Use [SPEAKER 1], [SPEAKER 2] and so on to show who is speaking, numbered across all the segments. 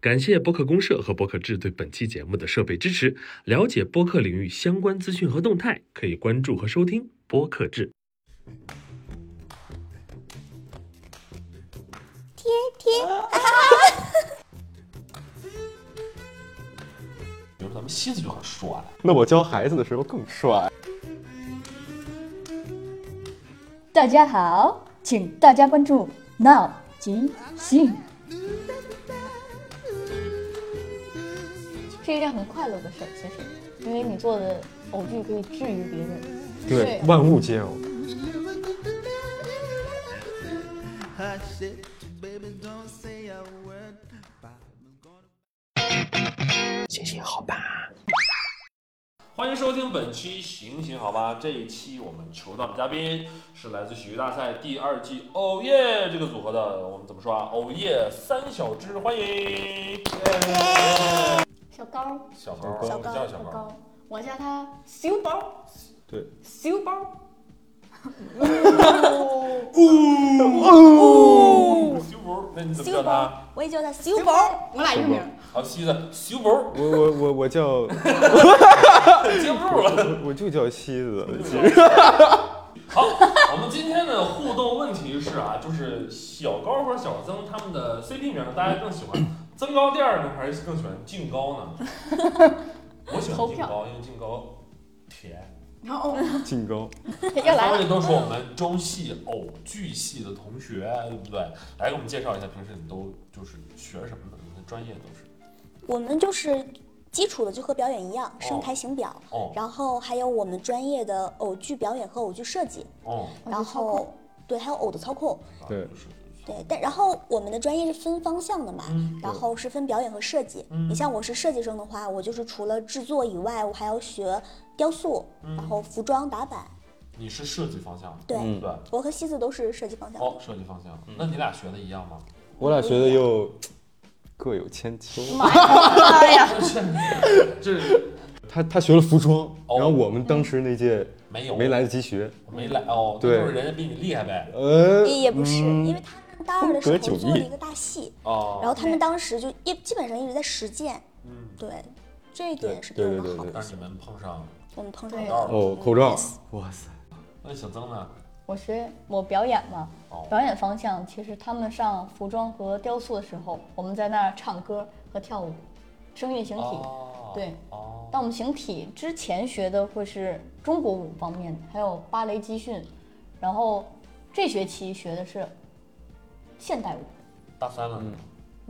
[SPEAKER 1] 感谢播客公社和播客志对本期节目的设备支持。了解播客领域相关资讯和动态，可以关注和收听播客志。
[SPEAKER 2] 贴贴，
[SPEAKER 3] 比如咱们西子就很帅，
[SPEAKER 4] 那我教孩子的时候更帅。
[SPEAKER 2] 大家好，请大家关注闹即兴。
[SPEAKER 5] 是一件很快乐的事儿，其实，因为你做的偶剧可以治愈别人。
[SPEAKER 4] 对，万物皆有。
[SPEAKER 6] hush it, baby, don't say a word. But I'm gonna
[SPEAKER 3] 欢迎收听本期《行行好吧》，这一期我们求到的嘉宾是来自喜剧大赛第二季《哦耶》这个组合的，我们怎么说啊？哦耶三小只，欢迎
[SPEAKER 5] 小高，
[SPEAKER 3] 小包，小叫小包，，
[SPEAKER 5] 我叫他小包，
[SPEAKER 4] 对，
[SPEAKER 5] 小包，
[SPEAKER 3] 小包，哦那你怎么叫他？
[SPEAKER 2] 我也叫他小
[SPEAKER 5] 小包，我俩一个名儿。
[SPEAKER 3] 好，西子，小包，
[SPEAKER 4] 我我我我叫，
[SPEAKER 3] 接不住了。
[SPEAKER 4] 我就叫西子。
[SPEAKER 3] 好，我们今天的互动问题是啊，就是小高和小曾他们的 CP 名，大家更喜欢增高垫儿呢，还是更喜欢净高呢？我喜欢净高，因为净高甜。
[SPEAKER 5] 然后
[SPEAKER 4] 净高，
[SPEAKER 5] 要来
[SPEAKER 3] 三
[SPEAKER 5] 了，
[SPEAKER 3] 位都是我们中戏偶剧系的同学，对不对？来给我们介绍一下，平时你都就是学什么的？你的专业都是？
[SPEAKER 7] 我们就是基础的就和表演一样，声台形表，
[SPEAKER 3] 哦
[SPEAKER 7] 然后还有我们专业的偶剧表演和偶剧设计，
[SPEAKER 3] 哦，
[SPEAKER 7] 然后对，还有偶的操控，
[SPEAKER 4] 对
[SPEAKER 3] 就是
[SPEAKER 7] 对，但然后我们的专业是分方向的嘛，
[SPEAKER 3] 嗯
[SPEAKER 7] 然后是分表演和设计。你像我是设计生的话，我就是除了制作以外，我还要学雕塑，
[SPEAKER 3] 嗯
[SPEAKER 7] 然后服装打扮。
[SPEAKER 3] 你是设计方向的，
[SPEAKER 7] 对
[SPEAKER 3] 对不对。
[SPEAKER 7] 我和西子都是设计方向的。
[SPEAKER 3] 哦，设计方向，那你俩学的一样吗？
[SPEAKER 4] 我俩学的又各有千秋。
[SPEAKER 5] 哎呀，
[SPEAKER 3] 这
[SPEAKER 4] 他他学了服装，
[SPEAKER 3] 哦
[SPEAKER 4] 然后我们当时那届
[SPEAKER 3] 没有
[SPEAKER 4] 没来得及学。
[SPEAKER 3] 没来哦，
[SPEAKER 4] 对
[SPEAKER 3] 就是人家比你厉害呗。
[SPEAKER 4] 呃，
[SPEAKER 7] 也也不是，
[SPEAKER 3] 嗯
[SPEAKER 7] 因为他们大二的时候
[SPEAKER 4] 风格迥异
[SPEAKER 7] 做了一个大戏，
[SPEAKER 3] 哦，
[SPEAKER 7] 然后他们当时就一基本上一直在实践，
[SPEAKER 5] 嗯
[SPEAKER 7] 对，这一点是比我
[SPEAKER 4] 对对对
[SPEAKER 7] 们好
[SPEAKER 4] 对
[SPEAKER 7] 的
[SPEAKER 3] 但。是你们碰上，
[SPEAKER 7] 我们碰上
[SPEAKER 5] 对
[SPEAKER 7] 了
[SPEAKER 4] 哦，口罩，哇塞，
[SPEAKER 3] 那小曾呢？
[SPEAKER 5] 我学我表演嘛
[SPEAKER 3] 哦，
[SPEAKER 5] 表演方向其实他们上服装和雕塑的时候，我们在那儿唱歌和跳舞，声乐形体。
[SPEAKER 3] 哦，
[SPEAKER 5] 对
[SPEAKER 3] 哦，
[SPEAKER 5] 但我们形体之前学的会是中国舞方面的，还有芭蕾集训，然后这学期学的是现代舞。
[SPEAKER 3] 大三了，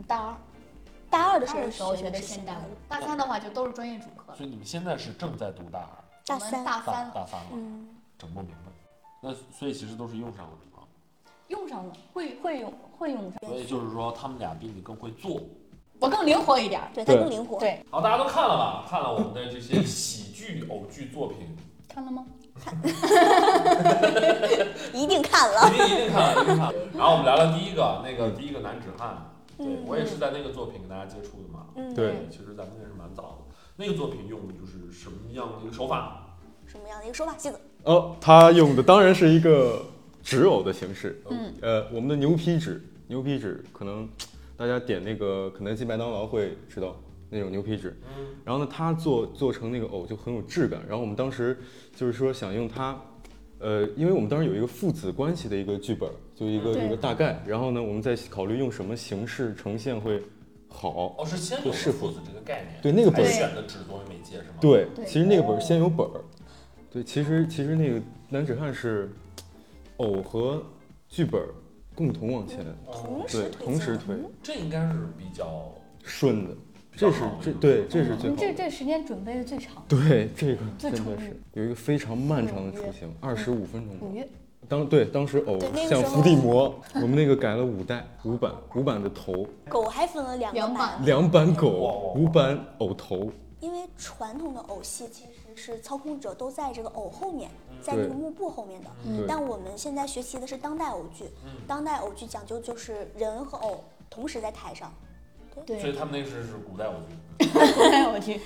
[SPEAKER 5] 大二
[SPEAKER 7] 大二的
[SPEAKER 5] 大二的时
[SPEAKER 7] 时候
[SPEAKER 5] 候学的
[SPEAKER 7] 的
[SPEAKER 5] 是现代
[SPEAKER 7] 代
[SPEAKER 5] 舞，大三的话就都是专业主课了。
[SPEAKER 3] 所以你们现在是正在读大二，
[SPEAKER 7] 大
[SPEAKER 5] 我们
[SPEAKER 7] 三
[SPEAKER 5] 大
[SPEAKER 3] 大
[SPEAKER 5] 三了嗯
[SPEAKER 3] 大三了，整不明白。那所以其实都是用上了啊。
[SPEAKER 5] 用上了，会会用会用上。
[SPEAKER 3] 所以就是说，他们俩比你更会做。
[SPEAKER 5] 我更灵活一点儿。
[SPEAKER 7] 对，他更灵活。
[SPEAKER 5] 对，
[SPEAKER 3] 好，大家都看了吧？看了我们的这些喜剧偶剧作品，
[SPEAKER 5] 看了吗？
[SPEAKER 7] 一定看了。
[SPEAKER 3] 一定一定看了，一定看了。然后我们聊聊第一个，那个第一个男子汉，对我也是在那个作品跟大家接触的嘛。
[SPEAKER 4] 对，
[SPEAKER 3] 其实咱们也是蛮早的。那个作品用的就是什么样的一个手法？
[SPEAKER 7] 什么样的一个说法？西子，
[SPEAKER 4] 哦，他用的当然是一个纸偶的形式。嗯，呃，我们的牛皮纸，牛皮纸可能大家点那个肯德基、麦当劳会知道那种牛皮纸。
[SPEAKER 3] 嗯，
[SPEAKER 4] 然后呢，它做做成那个偶就很有质感。然后我们当时就是说想用它，呃，因为我们当时有一个父子关系的一个剧本，就一个
[SPEAKER 5] 对
[SPEAKER 4] 一个大概。然后呢，我们再考虑用什么形式呈现会好。
[SPEAKER 3] 哦，是先有
[SPEAKER 4] 是
[SPEAKER 3] 父子这个概念，
[SPEAKER 4] 对那个
[SPEAKER 3] 才
[SPEAKER 4] 本
[SPEAKER 5] 儿
[SPEAKER 3] 选的纸作为媒介是吗？，
[SPEAKER 4] 对，
[SPEAKER 5] 对
[SPEAKER 4] 其实那个本儿先有本儿。对，其实其实那个男子汉是偶和剧本儿共同往前，
[SPEAKER 7] 同
[SPEAKER 4] 对，
[SPEAKER 7] 时推
[SPEAKER 4] 同
[SPEAKER 7] 进
[SPEAKER 4] 时推，
[SPEAKER 3] 这应该是比较
[SPEAKER 4] 顺的，
[SPEAKER 3] 比较
[SPEAKER 4] 这是
[SPEAKER 3] 好
[SPEAKER 4] 这对这是
[SPEAKER 5] 我
[SPEAKER 4] 最好
[SPEAKER 5] 们嗯这
[SPEAKER 4] 的。
[SPEAKER 5] 这时间准备的最长，
[SPEAKER 4] 对，这个
[SPEAKER 5] 最
[SPEAKER 4] 真
[SPEAKER 5] 宠
[SPEAKER 4] 的
[SPEAKER 5] 溺
[SPEAKER 4] 是有一个非常漫长的
[SPEAKER 5] 五
[SPEAKER 4] 雏
[SPEAKER 5] 月
[SPEAKER 4] 形，二十五分钟吧。
[SPEAKER 5] 五月
[SPEAKER 4] 当对当时偶
[SPEAKER 7] 对那个
[SPEAKER 4] 像
[SPEAKER 7] 时
[SPEAKER 4] 伏
[SPEAKER 7] 候
[SPEAKER 4] 地魔，我们那个改了五代五版五版的头，
[SPEAKER 7] 狗还分了两个
[SPEAKER 5] 两版
[SPEAKER 7] 版，
[SPEAKER 4] 两版
[SPEAKER 3] 哇
[SPEAKER 4] 狗，五版偶头，
[SPEAKER 7] 因为传统的偶戏其实是操控者都在这个偶后面，
[SPEAKER 5] 嗯
[SPEAKER 7] 在那
[SPEAKER 4] 对
[SPEAKER 7] 个幕布后面的。
[SPEAKER 4] 对
[SPEAKER 7] 但我们现在学习的是当代偶剧，当代偶剧讲究就是人和偶同时在台上。
[SPEAKER 3] 所以
[SPEAKER 5] 对，
[SPEAKER 3] 他们那个是是古代偶剧。
[SPEAKER 5] 带 我去，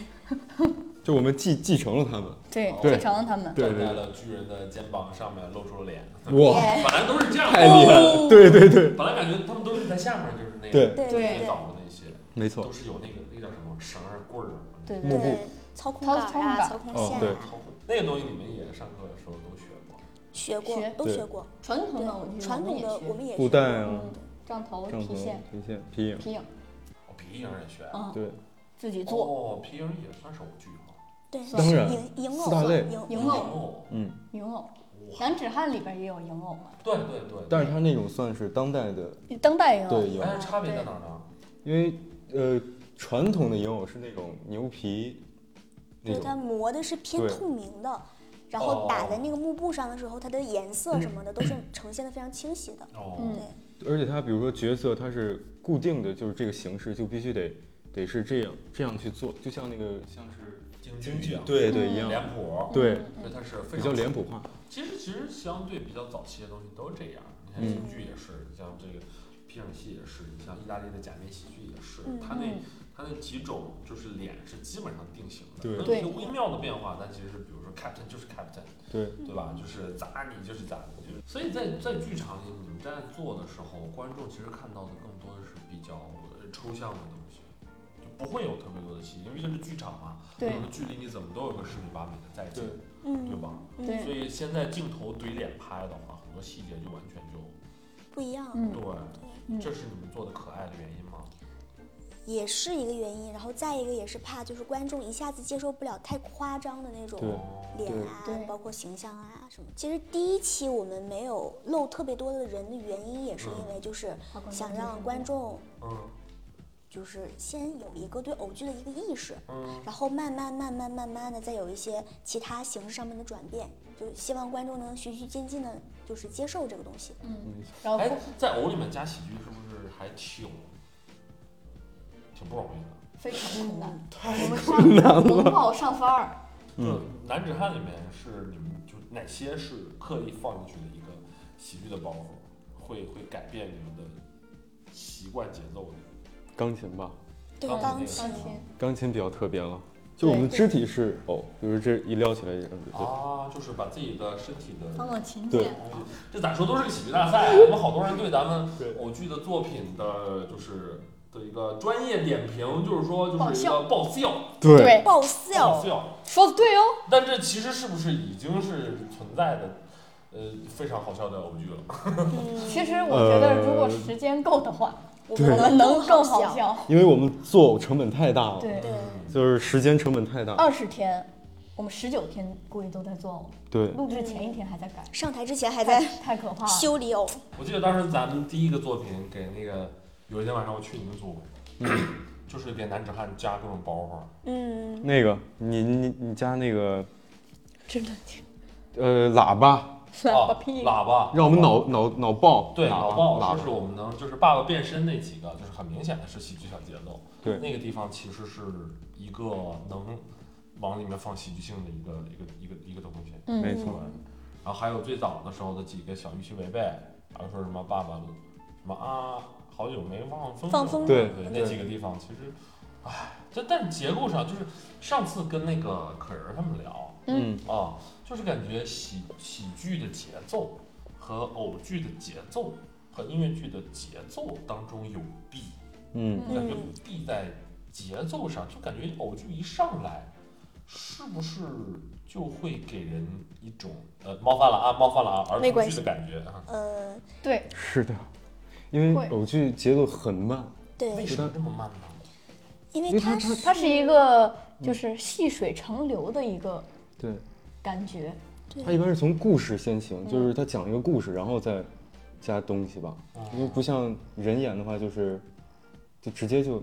[SPEAKER 4] 就我们继继承了他们。
[SPEAKER 5] 对，
[SPEAKER 4] 对
[SPEAKER 5] 最长的他们，
[SPEAKER 4] 对
[SPEAKER 3] 站在
[SPEAKER 4] 对
[SPEAKER 3] 了巨人的肩膀上面，露出了脸。
[SPEAKER 4] 哇，
[SPEAKER 3] 本来都是这样，
[SPEAKER 4] 太厉害了！对对对
[SPEAKER 3] 本来感觉他们都是在下面，就是那个
[SPEAKER 4] 对
[SPEAKER 7] 对
[SPEAKER 3] 最
[SPEAKER 7] 对
[SPEAKER 3] 早的那些。
[SPEAKER 4] 没错
[SPEAKER 3] 都，是有那个那叫什么绳儿、棍儿啊，
[SPEAKER 5] 对对
[SPEAKER 4] 幕布
[SPEAKER 7] 对，操控
[SPEAKER 5] 操
[SPEAKER 7] 杆
[SPEAKER 5] 操控
[SPEAKER 7] 儿
[SPEAKER 5] 杆
[SPEAKER 7] 啊，
[SPEAKER 5] 儿
[SPEAKER 7] 操控
[SPEAKER 4] 哦
[SPEAKER 7] 线
[SPEAKER 4] 对
[SPEAKER 7] 啊，
[SPEAKER 3] 操控那个东西你们也上课的时候都学过。
[SPEAKER 7] 学过
[SPEAKER 5] 学
[SPEAKER 7] 都
[SPEAKER 4] 对
[SPEAKER 7] 学过。
[SPEAKER 5] 传统
[SPEAKER 7] 对
[SPEAKER 5] 的我，
[SPEAKER 7] 传统的
[SPEAKER 5] 我
[SPEAKER 7] 我
[SPEAKER 5] 们
[SPEAKER 7] 们
[SPEAKER 5] 也学
[SPEAKER 7] 也
[SPEAKER 4] 布
[SPEAKER 7] 学
[SPEAKER 4] 袋啊，
[SPEAKER 5] 嗯，杖头、
[SPEAKER 4] 杖头、
[SPEAKER 5] 皮线、
[SPEAKER 4] 皮线、皮影，
[SPEAKER 5] 皮影，
[SPEAKER 3] 哦，皮影也学啊。
[SPEAKER 5] 嗯，
[SPEAKER 4] 对，
[SPEAKER 5] 自己做。
[SPEAKER 3] 哦，皮影也算是偶剧吗？哦
[SPEAKER 7] 对，
[SPEAKER 5] 当
[SPEAKER 7] 是
[SPEAKER 4] 然
[SPEAKER 7] 影影
[SPEAKER 4] 四
[SPEAKER 7] 偶
[SPEAKER 4] 大
[SPEAKER 7] 嘛，
[SPEAKER 4] 类
[SPEAKER 7] 影
[SPEAKER 5] 影偶
[SPEAKER 3] 偶。
[SPEAKER 4] 嗯，
[SPEAKER 5] 影偶，
[SPEAKER 3] 哇，
[SPEAKER 5] 羊脂汉里边也有影偶嘛，
[SPEAKER 3] 对对对。
[SPEAKER 4] 但是它那种算是当代的，
[SPEAKER 5] 当代影偶，
[SPEAKER 4] 对，影
[SPEAKER 3] 哎，
[SPEAKER 4] 偶，
[SPEAKER 3] 差别在哪儿呢？
[SPEAKER 4] 因为呃，传统的影偶是那种牛皮，那
[SPEAKER 7] 就是
[SPEAKER 4] 种
[SPEAKER 7] 它磨的是偏
[SPEAKER 4] 对哦
[SPEAKER 7] 透明的，然后打在那个幕布上的时候，它的颜色什么的都是
[SPEAKER 4] 嗯
[SPEAKER 7] 呈现的非常清晰的。
[SPEAKER 3] 哦，
[SPEAKER 5] 嗯，
[SPEAKER 7] 对，
[SPEAKER 4] 而且它比如说角色它是固定的，就是这个形式就必须得得是这样这样去做，就像那个像是
[SPEAKER 3] 京剧啊，
[SPEAKER 4] 对对
[SPEAKER 5] 嗯
[SPEAKER 4] 一样，
[SPEAKER 3] 脸谱，
[SPEAKER 4] 对，
[SPEAKER 3] 对，它是非
[SPEAKER 4] 比
[SPEAKER 3] 常
[SPEAKER 4] 较脸谱化，
[SPEAKER 3] 其实其实相对比较早期的东西都是这样，你看
[SPEAKER 4] 嗯
[SPEAKER 3] 京剧也是，你像这个皮影戏也是，你像意大利的假面喜剧也是，
[SPEAKER 7] 嗯
[SPEAKER 3] 它那它那几种就是脸是基本上定型的，
[SPEAKER 4] 对
[SPEAKER 3] 有一些微妙的变化，但其实是比如说 Captain 就是 Captain，
[SPEAKER 4] 对，
[SPEAKER 3] 对吧？就是砸你就是砸你，就是所以在在剧场里你们在做的时候，观众其实看到的更多的是比较呃抽象的东西。就不会有特别多的戏，因为这是剧场嘛，
[SPEAKER 5] 对
[SPEAKER 3] 有的距离你怎么都有个十米八米的在近，对
[SPEAKER 7] 嗯，
[SPEAKER 3] 吧？所
[SPEAKER 5] 对，
[SPEAKER 3] 以现在镜头怼脸拍的话，啊很多细节就完全就
[SPEAKER 7] 不一样，
[SPEAKER 5] 嗯
[SPEAKER 3] 对，
[SPEAKER 5] 嗯
[SPEAKER 3] 这是你们做的可爱的原因吗？
[SPEAKER 7] 也是一个原因。然后再一个也是怕就是观众一下子接受不了太夸张的那种
[SPEAKER 4] 对
[SPEAKER 7] 脸啊
[SPEAKER 5] 对对，
[SPEAKER 7] 包括形象啊什么。其实第一期我们没有露特别多的人的原因，也是
[SPEAKER 4] 嗯
[SPEAKER 7] 因为就是
[SPEAKER 5] 怕观众
[SPEAKER 7] 想
[SPEAKER 5] 接受
[SPEAKER 7] 让
[SPEAKER 5] 不
[SPEAKER 7] 观
[SPEAKER 5] 了
[SPEAKER 7] 众
[SPEAKER 3] 嗯
[SPEAKER 7] 就是先有一个对偶剧的一个意识，
[SPEAKER 3] 嗯，
[SPEAKER 7] 然后慢慢慢慢慢慢的再有一些其他形式上面的转变，就希望观众能循序渐进的，就是接受这个东西。
[SPEAKER 5] 然后
[SPEAKER 3] 哎，在偶里面加喜剧是不是还挺挺不容易的？
[SPEAKER 5] 非常困难，我们上 我们跑上番儿，
[SPEAKER 4] 嗯
[SPEAKER 3] 就男子汉里面是你们就哪些是刻意放进去的一个喜剧的包袱，会会改变你们的习惯节奏的？
[SPEAKER 4] 钢琴吧，
[SPEAKER 7] 对
[SPEAKER 3] 钢
[SPEAKER 7] 钢
[SPEAKER 3] 琴
[SPEAKER 7] 琴
[SPEAKER 5] 钢，琴，
[SPEAKER 4] 钢琴比较特别了，就我们的肢体是偶，比如这一撩起来这样子，
[SPEAKER 5] 哦
[SPEAKER 4] 对
[SPEAKER 3] 啊，就是把自己的身体的
[SPEAKER 5] 放到琴
[SPEAKER 4] 对
[SPEAKER 5] 键，
[SPEAKER 3] 这咋说都是个喜剧大赛，啊我们好多人对咱们
[SPEAKER 4] 对
[SPEAKER 3] 偶剧的作品的，就是的一个专业点评，就是说就
[SPEAKER 5] 爆
[SPEAKER 3] 是一
[SPEAKER 5] 笑
[SPEAKER 3] 个爆笑，
[SPEAKER 5] 对，
[SPEAKER 7] 爆
[SPEAKER 3] 爆
[SPEAKER 7] 笑，
[SPEAKER 3] 笑。
[SPEAKER 5] 说的对哦，
[SPEAKER 3] 但这其实是不是已经是存在的，呃，非常好笑的偶剧了？
[SPEAKER 5] 其实我觉得如果时间够的话，我
[SPEAKER 7] 呃
[SPEAKER 5] 们能更好笑，
[SPEAKER 4] 因为我们做偶成本太大了，
[SPEAKER 5] 对，哦
[SPEAKER 7] 对，
[SPEAKER 4] 就是时间成本太大，
[SPEAKER 5] 二十天，我们十九天估计都在做偶，
[SPEAKER 4] 对，
[SPEAKER 5] 录制前一天还在改，
[SPEAKER 7] 上台之前还
[SPEAKER 5] 太
[SPEAKER 7] 在
[SPEAKER 5] 太可怕了，
[SPEAKER 7] 修理偶，
[SPEAKER 3] 我记得当时咱们第一个作品给那个有一天晚上我去你们组，就是给男子汉加各种包袱，
[SPEAKER 7] 嗯，
[SPEAKER 4] 那个你你你加那个
[SPEAKER 5] 真的挺
[SPEAKER 4] 呃喇叭，
[SPEAKER 5] 喇叭屁股，
[SPEAKER 3] 啊喇叭，
[SPEAKER 4] 让我们脑脑脑爆，
[SPEAKER 3] 对，
[SPEAKER 4] 喇
[SPEAKER 3] 老
[SPEAKER 4] 叭
[SPEAKER 3] 鲍
[SPEAKER 4] 喇
[SPEAKER 3] 就是
[SPEAKER 4] 叭，
[SPEAKER 3] 我们能就是爸爸变身那几个，就是很明显的是喜剧小节奏。
[SPEAKER 4] 对
[SPEAKER 3] 那个地方其实是一个能往里面放喜剧性的一个一个一个一个东西。
[SPEAKER 4] 没
[SPEAKER 7] 嗯，
[SPEAKER 4] 错，
[SPEAKER 3] 然后还有最早的时候的几个小预期违背，还有说什么爸爸什么啊，好久没放风筝
[SPEAKER 7] 放风筝
[SPEAKER 4] 对
[SPEAKER 3] 对，
[SPEAKER 4] 对
[SPEAKER 3] 那几个地方其实，唉，这但结构上就是上次跟那个可人儿他们聊，
[SPEAKER 4] 嗯，
[SPEAKER 3] 啊，就是感觉喜喜剧的节奏和偶剧的节奏和音乐剧的节奏当中有 B，
[SPEAKER 4] 嗯
[SPEAKER 5] 嗯
[SPEAKER 3] 感觉 B 在节奏上，就感觉偶剧一上来，是不是就会给人一种呃冒犯了啊，冒犯了啊儿
[SPEAKER 7] 没
[SPEAKER 3] 童
[SPEAKER 7] 关
[SPEAKER 3] 剧的
[SPEAKER 7] 系
[SPEAKER 3] 感觉啊？
[SPEAKER 7] 呃，
[SPEAKER 5] 对，
[SPEAKER 4] 是的，因
[SPEAKER 5] 会
[SPEAKER 4] 为偶剧节奏很慢，
[SPEAKER 3] 为
[SPEAKER 7] 对，
[SPEAKER 3] 什么这么慢呢？
[SPEAKER 7] 因
[SPEAKER 4] 因为
[SPEAKER 7] 为
[SPEAKER 4] 它
[SPEAKER 7] 它是
[SPEAKER 5] 它是一个就是细水长流的一个
[SPEAKER 4] 对，
[SPEAKER 5] 感觉，
[SPEAKER 4] 它一般是从故事先
[SPEAKER 7] 嗯
[SPEAKER 4] 行，就是它讲一个故事，然后再加东西吧，因为不像人演的话，就是就直接就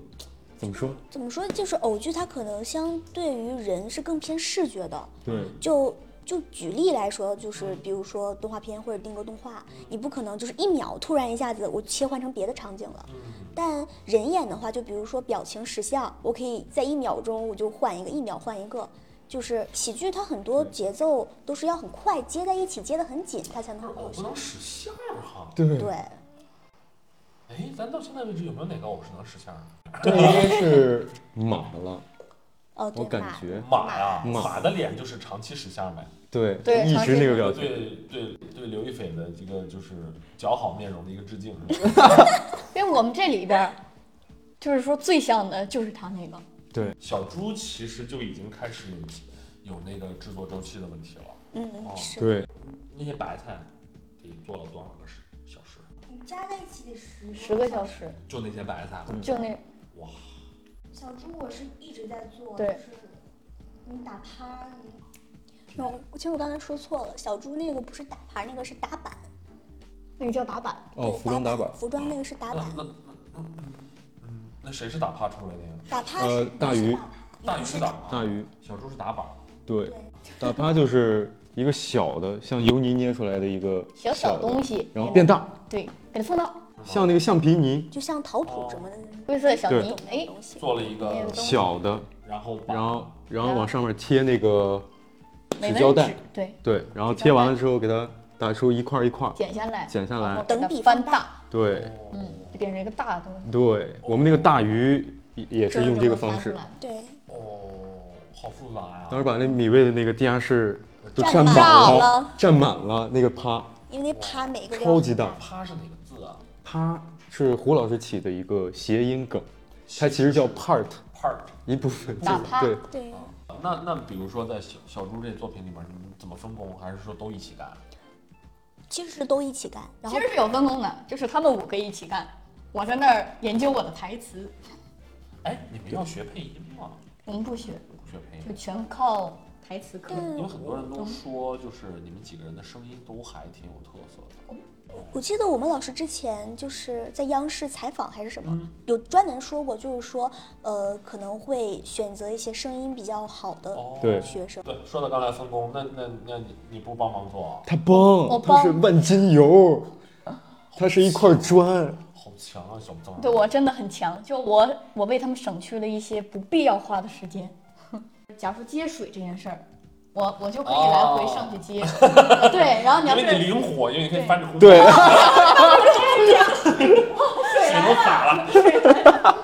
[SPEAKER 4] 怎么说，
[SPEAKER 7] 怎么说，就是偶剧它可能相对于人是更偏视觉的，
[SPEAKER 4] 对，
[SPEAKER 7] 就就举例来说，就是比如说动画片或者定格动画，你不可能就是一秒突然一下子我切换成别的场景了。但人眼的话，就比如说表情实像，我可以在一秒钟我就换一个，一秒换一个。就是喜剧，它很多节奏都是要很快接在一起，接得很紧，它才能很
[SPEAKER 3] 偶
[SPEAKER 7] 搞
[SPEAKER 3] 不
[SPEAKER 7] 笑。
[SPEAKER 3] 能使相儿哈。
[SPEAKER 4] 对
[SPEAKER 7] 对，
[SPEAKER 3] 哎，咱到现在为止有没有哪个偶是能使相儿啊的？
[SPEAKER 4] 这应该是马了，
[SPEAKER 7] 哦对，
[SPEAKER 4] 我感
[SPEAKER 7] 马
[SPEAKER 4] 觉，
[SPEAKER 3] 马呀，
[SPEAKER 4] 马
[SPEAKER 3] 马的脸就是长期使相儿呗。
[SPEAKER 4] 对，
[SPEAKER 5] 对
[SPEAKER 4] 一
[SPEAKER 5] 长
[SPEAKER 4] 直
[SPEAKER 5] 期
[SPEAKER 4] 那个表情，
[SPEAKER 3] 对对对刘亦菲的这个就是姣好面容的一个致敬，是吧？
[SPEAKER 5] 因为我们这里边儿就是说最像的就是他那个，
[SPEAKER 3] 小猪其实就已经开始有那个制作周期的问题了。
[SPEAKER 7] 嗯，是。
[SPEAKER 4] 对，
[SPEAKER 3] 那些白菜得做了多少个时小时？
[SPEAKER 8] 加在一起得十
[SPEAKER 5] 十个小。时，
[SPEAKER 3] 就那些白菜，
[SPEAKER 4] 嗯
[SPEAKER 5] 就那
[SPEAKER 8] 小猪我是一直在做，
[SPEAKER 5] 对
[SPEAKER 8] 就是你打趴，你
[SPEAKER 7] 哦其实我刚才说错了，小猪那个不是打牌，那个是打板。
[SPEAKER 5] 那个叫打板，
[SPEAKER 4] 哦，
[SPEAKER 7] 对
[SPEAKER 4] 服装打板，
[SPEAKER 7] 服装那个是打
[SPEAKER 3] 那
[SPEAKER 7] 板，
[SPEAKER 3] 那那嗯，那谁是打趴出来的呀？
[SPEAKER 7] 打趴
[SPEAKER 4] 呃
[SPEAKER 7] 是，
[SPEAKER 4] 大
[SPEAKER 7] 是
[SPEAKER 4] 鱼，
[SPEAKER 7] 打趴
[SPEAKER 3] 大鱼是打趴，
[SPEAKER 4] 大鱼，
[SPEAKER 3] 小猪是打板。
[SPEAKER 4] 对
[SPEAKER 7] 对，
[SPEAKER 4] 打趴就是一个小的，像油泥捏出来的一个
[SPEAKER 5] 小小
[SPEAKER 4] 的
[SPEAKER 5] 东西
[SPEAKER 4] 然后变大，
[SPEAKER 5] 对，给它放到
[SPEAKER 4] 像那个橡皮泥，
[SPEAKER 7] 就像桃圃什么的
[SPEAKER 5] 灰色小
[SPEAKER 4] 对
[SPEAKER 5] 泥，哎，
[SPEAKER 7] 东西。
[SPEAKER 3] 做了一个
[SPEAKER 5] 那个东西
[SPEAKER 4] 小的，
[SPEAKER 3] 然后把
[SPEAKER 4] 然后然后往上面贴那个
[SPEAKER 5] 美
[SPEAKER 4] 纸
[SPEAKER 5] 纹
[SPEAKER 4] 胶带，
[SPEAKER 5] 对，
[SPEAKER 4] 对，然后贴完了之后给它打出一块儿一块儿
[SPEAKER 5] 剪哦下来，
[SPEAKER 4] 剪下
[SPEAKER 5] 然后
[SPEAKER 4] 来，
[SPEAKER 5] 给它
[SPEAKER 7] 等比
[SPEAKER 5] 翻
[SPEAKER 7] 放
[SPEAKER 5] 大，
[SPEAKER 4] 对
[SPEAKER 5] 嗯，就变成一个大的东西，
[SPEAKER 4] 对，我们那个大鱼也也是用这个方
[SPEAKER 5] 就
[SPEAKER 4] 式
[SPEAKER 5] 能，翻出来
[SPEAKER 7] 对，
[SPEAKER 3] 哦，好复杂呀、
[SPEAKER 4] 当时把那米味的那个地下室都
[SPEAKER 7] 占
[SPEAKER 4] 占满
[SPEAKER 7] 满
[SPEAKER 4] 了
[SPEAKER 7] 了，
[SPEAKER 4] 占满了，那个趴
[SPEAKER 7] 因为那趴每个
[SPEAKER 4] 超
[SPEAKER 7] 人
[SPEAKER 4] 级大，
[SPEAKER 3] 趴是哪个字啊
[SPEAKER 4] 趴是胡老师起的一个谐音梗，它其实叫 part
[SPEAKER 3] ？Part。
[SPEAKER 4] 一部分，就
[SPEAKER 5] 哪
[SPEAKER 4] 是
[SPEAKER 5] 怕
[SPEAKER 4] 对。
[SPEAKER 7] 对，
[SPEAKER 3] 那那比如说在小小猪这作品里面，你们怎么分工？还是说都一起干？
[SPEAKER 7] 其实都一起干，然后
[SPEAKER 5] 其实是有分工的，就是他们五个一起干，我在那儿研究我的台词，
[SPEAKER 3] 哎，你们要学配音吗？
[SPEAKER 5] 我们不学，
[SPEAKER 3] 不学配
[SPEAKER 5] 就
[SPEAKER 3] 音，
[SPEAKER 5] 全靠台词课。
[SPEAKER 3] 因
[SPEAKER 7] 嗯
[SPEAKER 3] 为很多人都说，就是你们几个人的声音都还挺有特色的。
[SPEAKER 7] 我记得我们老师之前就是在央视采访还是什么，有专门说过，就是说，呃，可能会选择一些声音比较好的
[SPEAKER 3] 哦，
[SPEAKER 4] 对
[SPEAKER 7] 学生。
[SPEAKER 3] 对，说到刚才分工，那那那你你不帮忙做啊？
[SPEAKER 4] 它崩，它是万金 油，它是一块砖，
[SPEAKER 3] 好强啊，小张！
[SPEAKER 5] 对我真的很强，就我我为他们省去了一些不必要花的时间。 假如接水这件事儿，我我就可以来回上去接。 对，然后你
[SPEAKER 3] 哦 因
[SPEAKER 5] 要
[SPEAKER 3] 为你
[SPEAKER 5] 是
[SPEAKER 3] 灵活，因为你可以翻着空
[SPEAKER 4] 对，
[SPEAKER 3] 水都洒了，